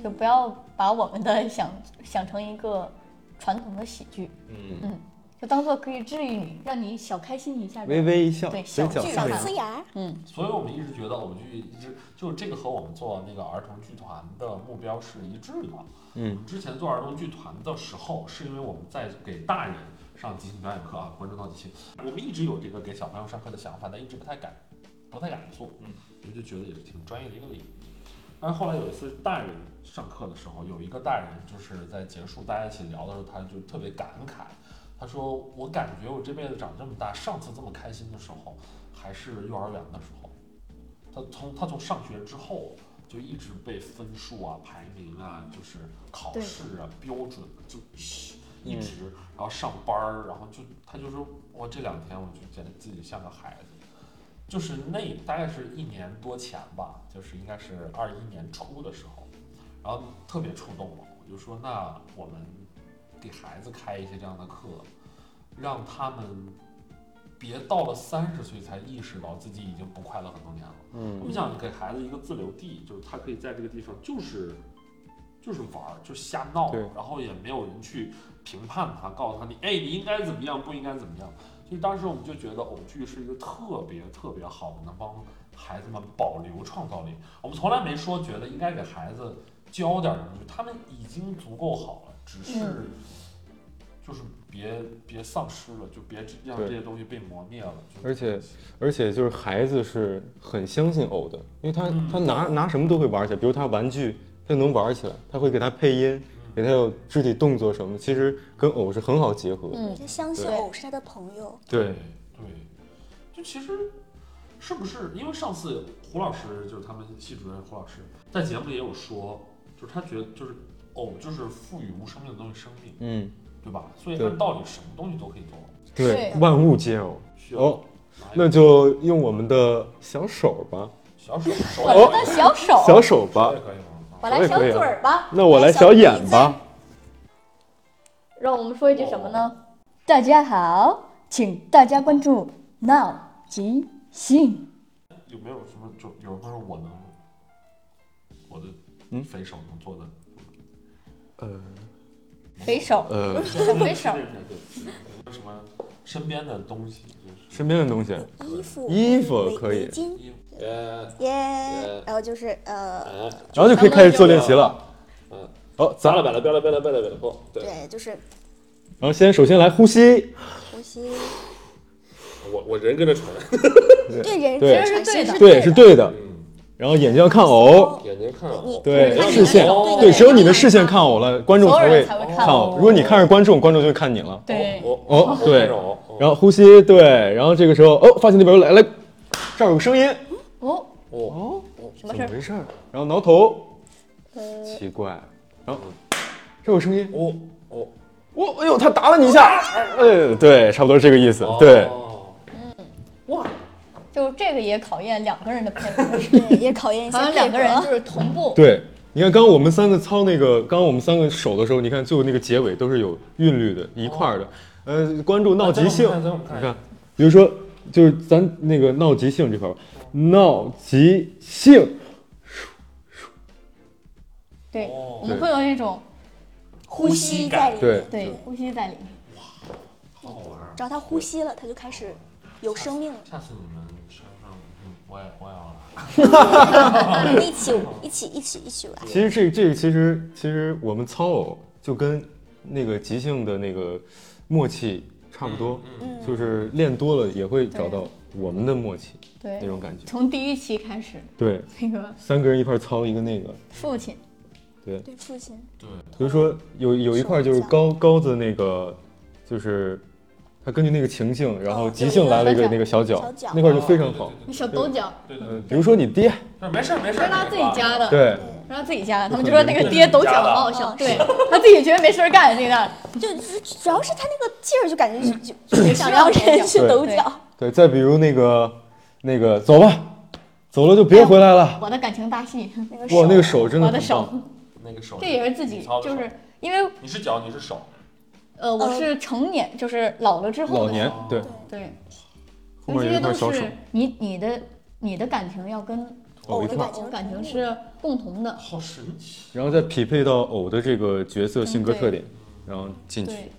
[SPEAKER 5] 就不要把我们的想想成一个传统的喜剧，
[SPEAKER 4] 嗯
[SPEAKER 5] 嗯，就当做可以治愈你，让你小开心一下。
[SPEAKER 4] 微微一笑，
[SPEAKER 5] 对
[SPEAKER 4] 嘴角
[SPEAKER 5] 小剧
[SPEAKER 4] 上
[SPEAKER 7] 小
[SPEAKER 4] 扬
[SPEAKER 7] 呲。牙，
[SPEAKER 5] 嗯，
[SPEAKER 3] 所以我们一直觉得偶剧一直就是这个和我们做那个儿童剧团的目标是一致的。
[SPEAKER 4] 嗯，
[SPEAKER 3] 之前做儿童剧团的时候，是因为我们在给大人上即兴表演课啊，观众到即兴，我们一直有这个给小朋友上课的想法，但一直不太敢，不太敢做，嗯，因为就觉得也是挺专业的一个领域。但是后来有一次大人上课的时候，有一个大人就是在结束大家一起聊的时候，他就特别感慨，他说：“我感觉我这辈子长这么大，上次这么开心的时候，还是幼儿园的时候。他从他从上学之后就一直被分数啊、排名啊、就是考
[SPEAKER 5] 对
[SPEAKER 3] 试啊、标准就一直，然后上班儿，然后就他就说：我这两天我就觉得自己像个孩子。”就是那大概是一年多前吧，就是应该是二一年初的时候，然后特别触动我，我就说那我们给孩子开一些这样的课，让他们别到了三十岁才意识到自己已经不快乐很多年了。
[SPEAKER 4] 嗯
[SPEAKER 3] 我们想给孩子一个自留地，就是他可以在这个地方就是就是玩儿，就是瞎闹
[SPEAKER 4] 对，
[SPEAKER 3] 然后也没有人去评判他，告诉他你哎你应该怎么样，不应该怎么样。所以当时我们就觉得偶剧是一个特别特别好的，能帮孩子们保留创造力。我们从来没说觉得应该给孩子教点儿什么，就他们已经足够好了，只是、
[SPEAKER 5] 嗯
[SPEAKER 3] 就是别别丧失了，就别这让
[SPEAKER 4] 对
[SPEAKER 3] 这些东西被磨灭了。就
[SPEAKER 4] 而且而且就是孩子是很相信偶的，因为他、
[SPEAKER 3] 嗯
[SPEAKER 4] 他拿拿什么都会玩起来，比如他玩具，他就能玩起来，他会给他配音，给他有肢体动作什么的，其实跟偶是很好结合。
[SPEAKER 5] 嗯，
[SPEAKER 7] 他相信
[SPEAKER 5] 对
[SPEAKER 7] 偶是他的朋友。
[SPEAKER 4] 对，
[SPEAKER 3] 对，就其实是不是因为上次胡老师就是他们系主任胡老师在节目里也有说，就是他觉得就是偶就是赋予无生命的东西生命，
[SPEAKER 4] 嗯，
[SPEAKER 3] 对吧？所以
[SPEAKER 4] 对
[SPEAKER 3] 按道理什么东西都可以做，
[SPEAKER 4] 对，
[SPEAKER 5] 是
[SPEAKER 4] 万物皆偶。
[SPEAKER 3] 需要
[SPEAKER 4] 哦，
[SPEAKER 3] 拿一个
[SPEAKER 4] 那就用我们的小手吧，
[SPEAKER 3] 小手手
[SPEAKER 5] 我们的小手，
[SPEAKER 4] 哦小手吧
[SPEAKER 3] 也。可以吗？
[SPEAKER 5] 我
[SPEAKER 4] 手
[SPEAKER 5] 来
[SPEAKER 4] 也
[SPEAKER 5] 小
[SPEAKER 4] 可以
[SPEAKER 5] 嘴
[SPEAKER 4] 啊
[SPEAKER 5] 儿吧，
[SPEAKER 4] 那我来小眼吧。
[SPEAKER 5] 让我们说一句什么呢？
[SPEAKER 2] 大家好，请大家关注闹即兴。
[SPEAKER 3] 有没有什么就有没有我能我的
[SPEAKER 4] 嗯
[SPEAKER 3] 肥手能做的？
[SPEAKER 4] 呃
[SPEAKER 5] 肥手，
[SPEAKER 4] 呃，
[SPEAKER 5] 是肥手
[SPEAKER 3] 对对对，有没有什么身边的东西，就是
[SPEAKER 4] 身边的东西，
[SPEAKER 7] 衣服
[SPEAKER 4] 衣服
[SPEAKER 7] 围
[SPEAKER 4] 可以
[SPEAKER 7] 围巾
[SPEAKER 3] 衣服呃
[SPEAKER 7] 耶，然后就是呃，
[SPEAKER 3] 呃，
[SPEAKER 4] 然后就可以开始做练习了。
[SPEAKER 3] 嗯，
[SPEAKER 4] 好，咱
[SPEAKER 3] 砸了摆了，标了标了标了标了嚯，对
[SPEAKER 7] 对，就是
[SPEAKER 4] 然后先首先来呼吸，
[SPEAKER 7] 呼吸，
[SPEAKER 3] 我我人跟着喘，
[SPEAKER 7] 对人
[SPEAKER 4] 对
[SPEAKER 7] 人喘息
[SPEAKER 5] 对
[SPEAKER 7] 的
[SPEAKER 4] 对，是对的。
[SPEAKER 3] 嗯，
[SPEAKER 4] 然后眼睛要看偶，
[SPEAKER 3] 眼睛看
[SPEAKER 7] 你
[SPEAKER 3] 我，
[SPEAKER 4] 哦对
[SPEAKER 7] 看，你
[SPEAKER 4] 视
[SPEAKER 7] 的
[SPEAKER 4] 线
[SPEAKER 5] 哦
[SPEAKER 7] 手，
[SPEAKER 4] 对，
[SPEAKER 7] 对
[SPEAKER 4] 只有你的视线看偶了，观众
[SPEAKER 5] 所有
[SPEAKER 4] 才
[SPEAKER 5] 人
[SPEAKER 4] 会
[SPEAKER 5] 才会看
[SPEAKER 4] 看偶。
[SPEAKER 5] 我。
[SPEAKER 4] 如果你看着观众，观众就会看你了。
[SPEAKER 5] 对，
[SPEAKER 3] 我
[SPEAKER 4] 哦对
[SPEAKER 3] 看着我，
[SPEAKER 4] 然后呼吸，对，然后这个时候，哦，发现那边有来来，这儿有个声音，
[SPEAKER 5] 哦，
[SPEAKER 3] 我
[SPEAKER 5] 什么事儿？
[SPEAKER 4] 回事儿？然后挠头，
[SPEAKER 7] 呃
[SPEAKER 4] 奇怪，然后这有声音，
[SPEAKER 3] 我我
[SPEAKER 4] 我哎呦，他打了你一下，哎，对，差不多是这个意思，
[SPEAKER 3] 哦
[SPEAKER 4] 对，
[SPEAKER 5] 就这个也考验两个人的配 合，
[SPEAKER 7] 对嗯也考验一
[SPEAKER 5] 好
[SPEAKER 7] 下
[SPEAKER 5] 像两个啊人
[SPEAKER 7] 配合
[SPEAKER 5] 就是同步。
[SPEAKER 4] 对。你看，刚刚我们三个操那个，刚刚我们三个手的时候，你看最后那个结尾都是有韵律的，一块儿的。呃，关注闹即兴，
[SPEAKER 3] 啊等会儿我们
[SPEAKER 4] 你
[SPEAKER 3] 看等会儿我们看
[SPEAKER 4] 看，比如说，就是咱那个闹即兴这块儿吧，闹即兴，
[SPEAKER 5] 对，
[SPEAKER 3] 哦
[SPEAKER 5] 我们会有那种
[SPEAKER 7] 呼吸在里面，
[SPEAKER 4] 对
[SPEAKER 5] 对呼吸在里面。
[SPEAKER 3] 好玩儿。
[SPEAKER 7] 只要他呼吸了，他就开始有生命了。
[SPEAKER 3] 下次你们上上，嗯我也我也要来。
[SPEAKER 7] 我们一起一起一起一起来，
[SPEAKER 4] 其实这这个其实其实我们操偶就跟那个即兴的那个默契差不多，
[SPEAKER 7] 嗯嗯
[SPEAKER 4] 就是练多了也会找到我们的默契
[SPEAKER 5] 对
[SPEAKER 4] 那，种感觉。
[SPEAKER 5] 从第一期开始，
[SPEAKER 4] 对，
[SPEAKER 5] 那个
[SPEAKER 4] 三个人一块儿操一个那个，
[SPEAKER 5] 父亲，
[SPEAKER 4] 对，
[SPEAKER 7] 对父亲，
[SPEAKER 3] 对，
[SPEAKER 4] 比如说有有一块儿就是高高子那个，就是他根据那个情境，然后即兴来了一个那个小
[SPEAKER 7] 小
[SPEAKER 4] 脚
[SPEAKER 7] 脚，
[SPEAKER 4] 那块儿就非常好。
[SPEAKER 5] 那小抖脚，
[SPEAKER 3] 对对对，，
[SPEAKER 4] 嗯比如说你爹，
[SPEAKER 3] 这没事儿没事
[SPEAKER 5] 这
[SPEAKER 3] 儿。
[SPEAKER 5] 是他自己家的，
[SPEAKER 4] 对，
[SPEAKER 5] 是他自己家的。他们就说那个爹抖脚很好笑，
[SPEAKER 7] 嗯
[SPEAKER 5] 对他自己觉得没事儿干，那个
[SPEAKER 7] 就就主要是他那个劲儿，就感觉就就就想让人去抖
[SPEAKER 5] 对
[SPEAKER 7] 脚。
[SPEAKER 4] 对，再比如那个那个走吧，走了就别回来了。
[SPEAKER 5] 我的感情大戏，
[SPEAKER 7] 那个
[SPEAKER 4] 哇，那
[SPEAKER 7] 手
[SPEAKER 4] 个手真的
[SPEAKER 5] 我的
[SPEAKER 4] 很
[SPEAKER 5] 手
[SPEAKER 4] 棒。，
[SPEAKER 3] 那个手，
[SPEAKER 5] 这也是自己
[SPEAKER 3] 你操的
[SPEAKER 5] 就
[SPEAKER 3] 手
[SPEAKER 5] 是。因为
[SPEAKER 3] 你是脚，你是手，
[SPEAKER 5] 呃，我是成年，就是老了之后的
[SPEAKER 4] 老年
[SPEAKER 5] 手
[SPEAKER 4] 对，
[SPEAKER 5] 对，
[SPEAKER 4] 后
[SPEAKER 5] 那
[SPEAKER 4] 面
[SPEAKER 5] 这
[SPEAKER 4] 有一
[SPEAKER 5] 些
[SPEAKER 4] 块
[SPEAKER 5] 都
[SPEAKER 4] 小手
[SPEAKER 5] 是，你你的你的感情要跟哦
[SPEAKER 4] 偶哦一
[SPEAKER 7] 的
[SPEAKER 4] 块
[SPEAKER 7] 感，情
[SPEAKER 5] 感情是共同的，
[SPEAKER 3] 好神奇。
[SPEAKER 4] 然后再匹配到偶的这个角色性格特点，然后进去。
[SPEAKER 5] 对，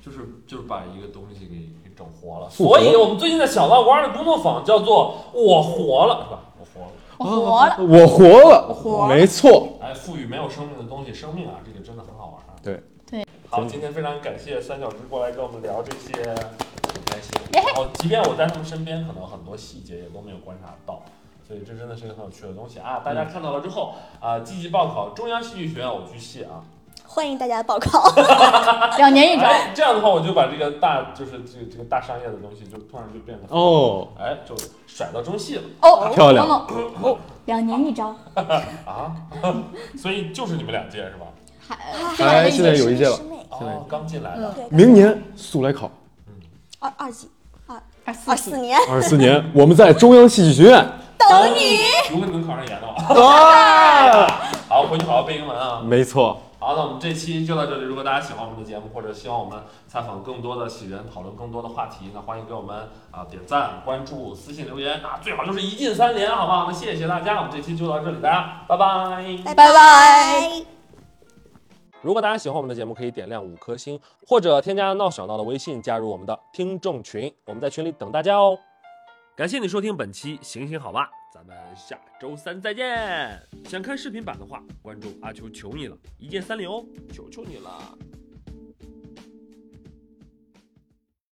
[SPEAKER 3] 就是就是把一个东西给给整活了，
[SPEAKER 4] 复活
[SPEAKER 3] 所以我们最近的小浪花的工作坊叫做“我活了”，是吧？我活了，
[SPEAKER 5] 我活了，
[SPEAKER 4] 我活了，没错。
[SPEAKER 3] 哎，赋予没有生命的东西生命啊，这个真的很好玩啊。
[SPEAKER 4] 对
[SPEAKER 5] 对。
[SPEAKER 3] 好，今天非常感谢三小只过来跟我们聊这些，很开心。然后，即便我在他们身边，可能很多细节也都没有观察到。所以这真的是一个很有趣的东西啊！大家看到了之后啊、积极报考中央戏剧学院偶剧系啊！
[SPEAKER 7] 欢迎大家 报考。
[SPEAKER 5] 两年一招，
[SPEAKER 3] 哎，这样的话我就把这个大就是这个这个大商业的东西就突然就变得，
[SPEAKER 4] 哦，
[SPEAKER 3] 哎，就甩到中戏了。
[SPEAKER 5] 哦，
[SPEAKER 4] 漂亮
[SPEAKER 5] 王总
[SPEAKER 7] 哦
[SPEAKER 2] 两年一招，
[SPEAKER 3] 啊， 所以就是你们两届是吧？
[SPEAKER 5] 还
[SPEAKER 4] 哎，现在有一届了
[SPEAKER 7] 师，妹，
[SPEAKER 4] 现在
[SPEAKER 3] 哦，刚进来的，
[SPEAKER 7] 对，
[SPEAKER 4] 明年速来考，
[SPEAKER 7] 二二级
[SPEAKER 5] 二
[SPEAKER 7] 二
[SPEAKER 5] 四
[SPEAKER 7] 四
[SPEAKER 5] 期
[SPEAKER 7] 年
[SPEAKER 4] 二四年我们在中央戏剧学院。
[SPEAKER 7] 等你。
[SPEAKER 3] 如果你能考上研的话，
[SPEAKER 4] 啊，
[SPEAKER 3] 好，回去好好背英文啊。
[SPEAKER 4] 没错，
[SPEAKER 3] 好，那我们这期就到这里。如果大家喜欢我们的节目，或者希望我们采访更多的喜人，讨论更多的话题，那欢迎给我们啊点赞、关注、私信留言啊，最好就是一键三连，好不好？那谢谢大家，我们这期就到这里，大家拜拜。
[SPEAKER 7] 拜拜。
[SPEAKER 3] 如果大家喜欢我们的节目，可以点亮五颗星，或者添加闹小闹的微信，加入我们的听众群，我们在群里等大家哦。感谢你收听本期《行行好吧》，咱们下周三再见。想看视频版的话，关注阿球求你了，一键三连哦，求求你了。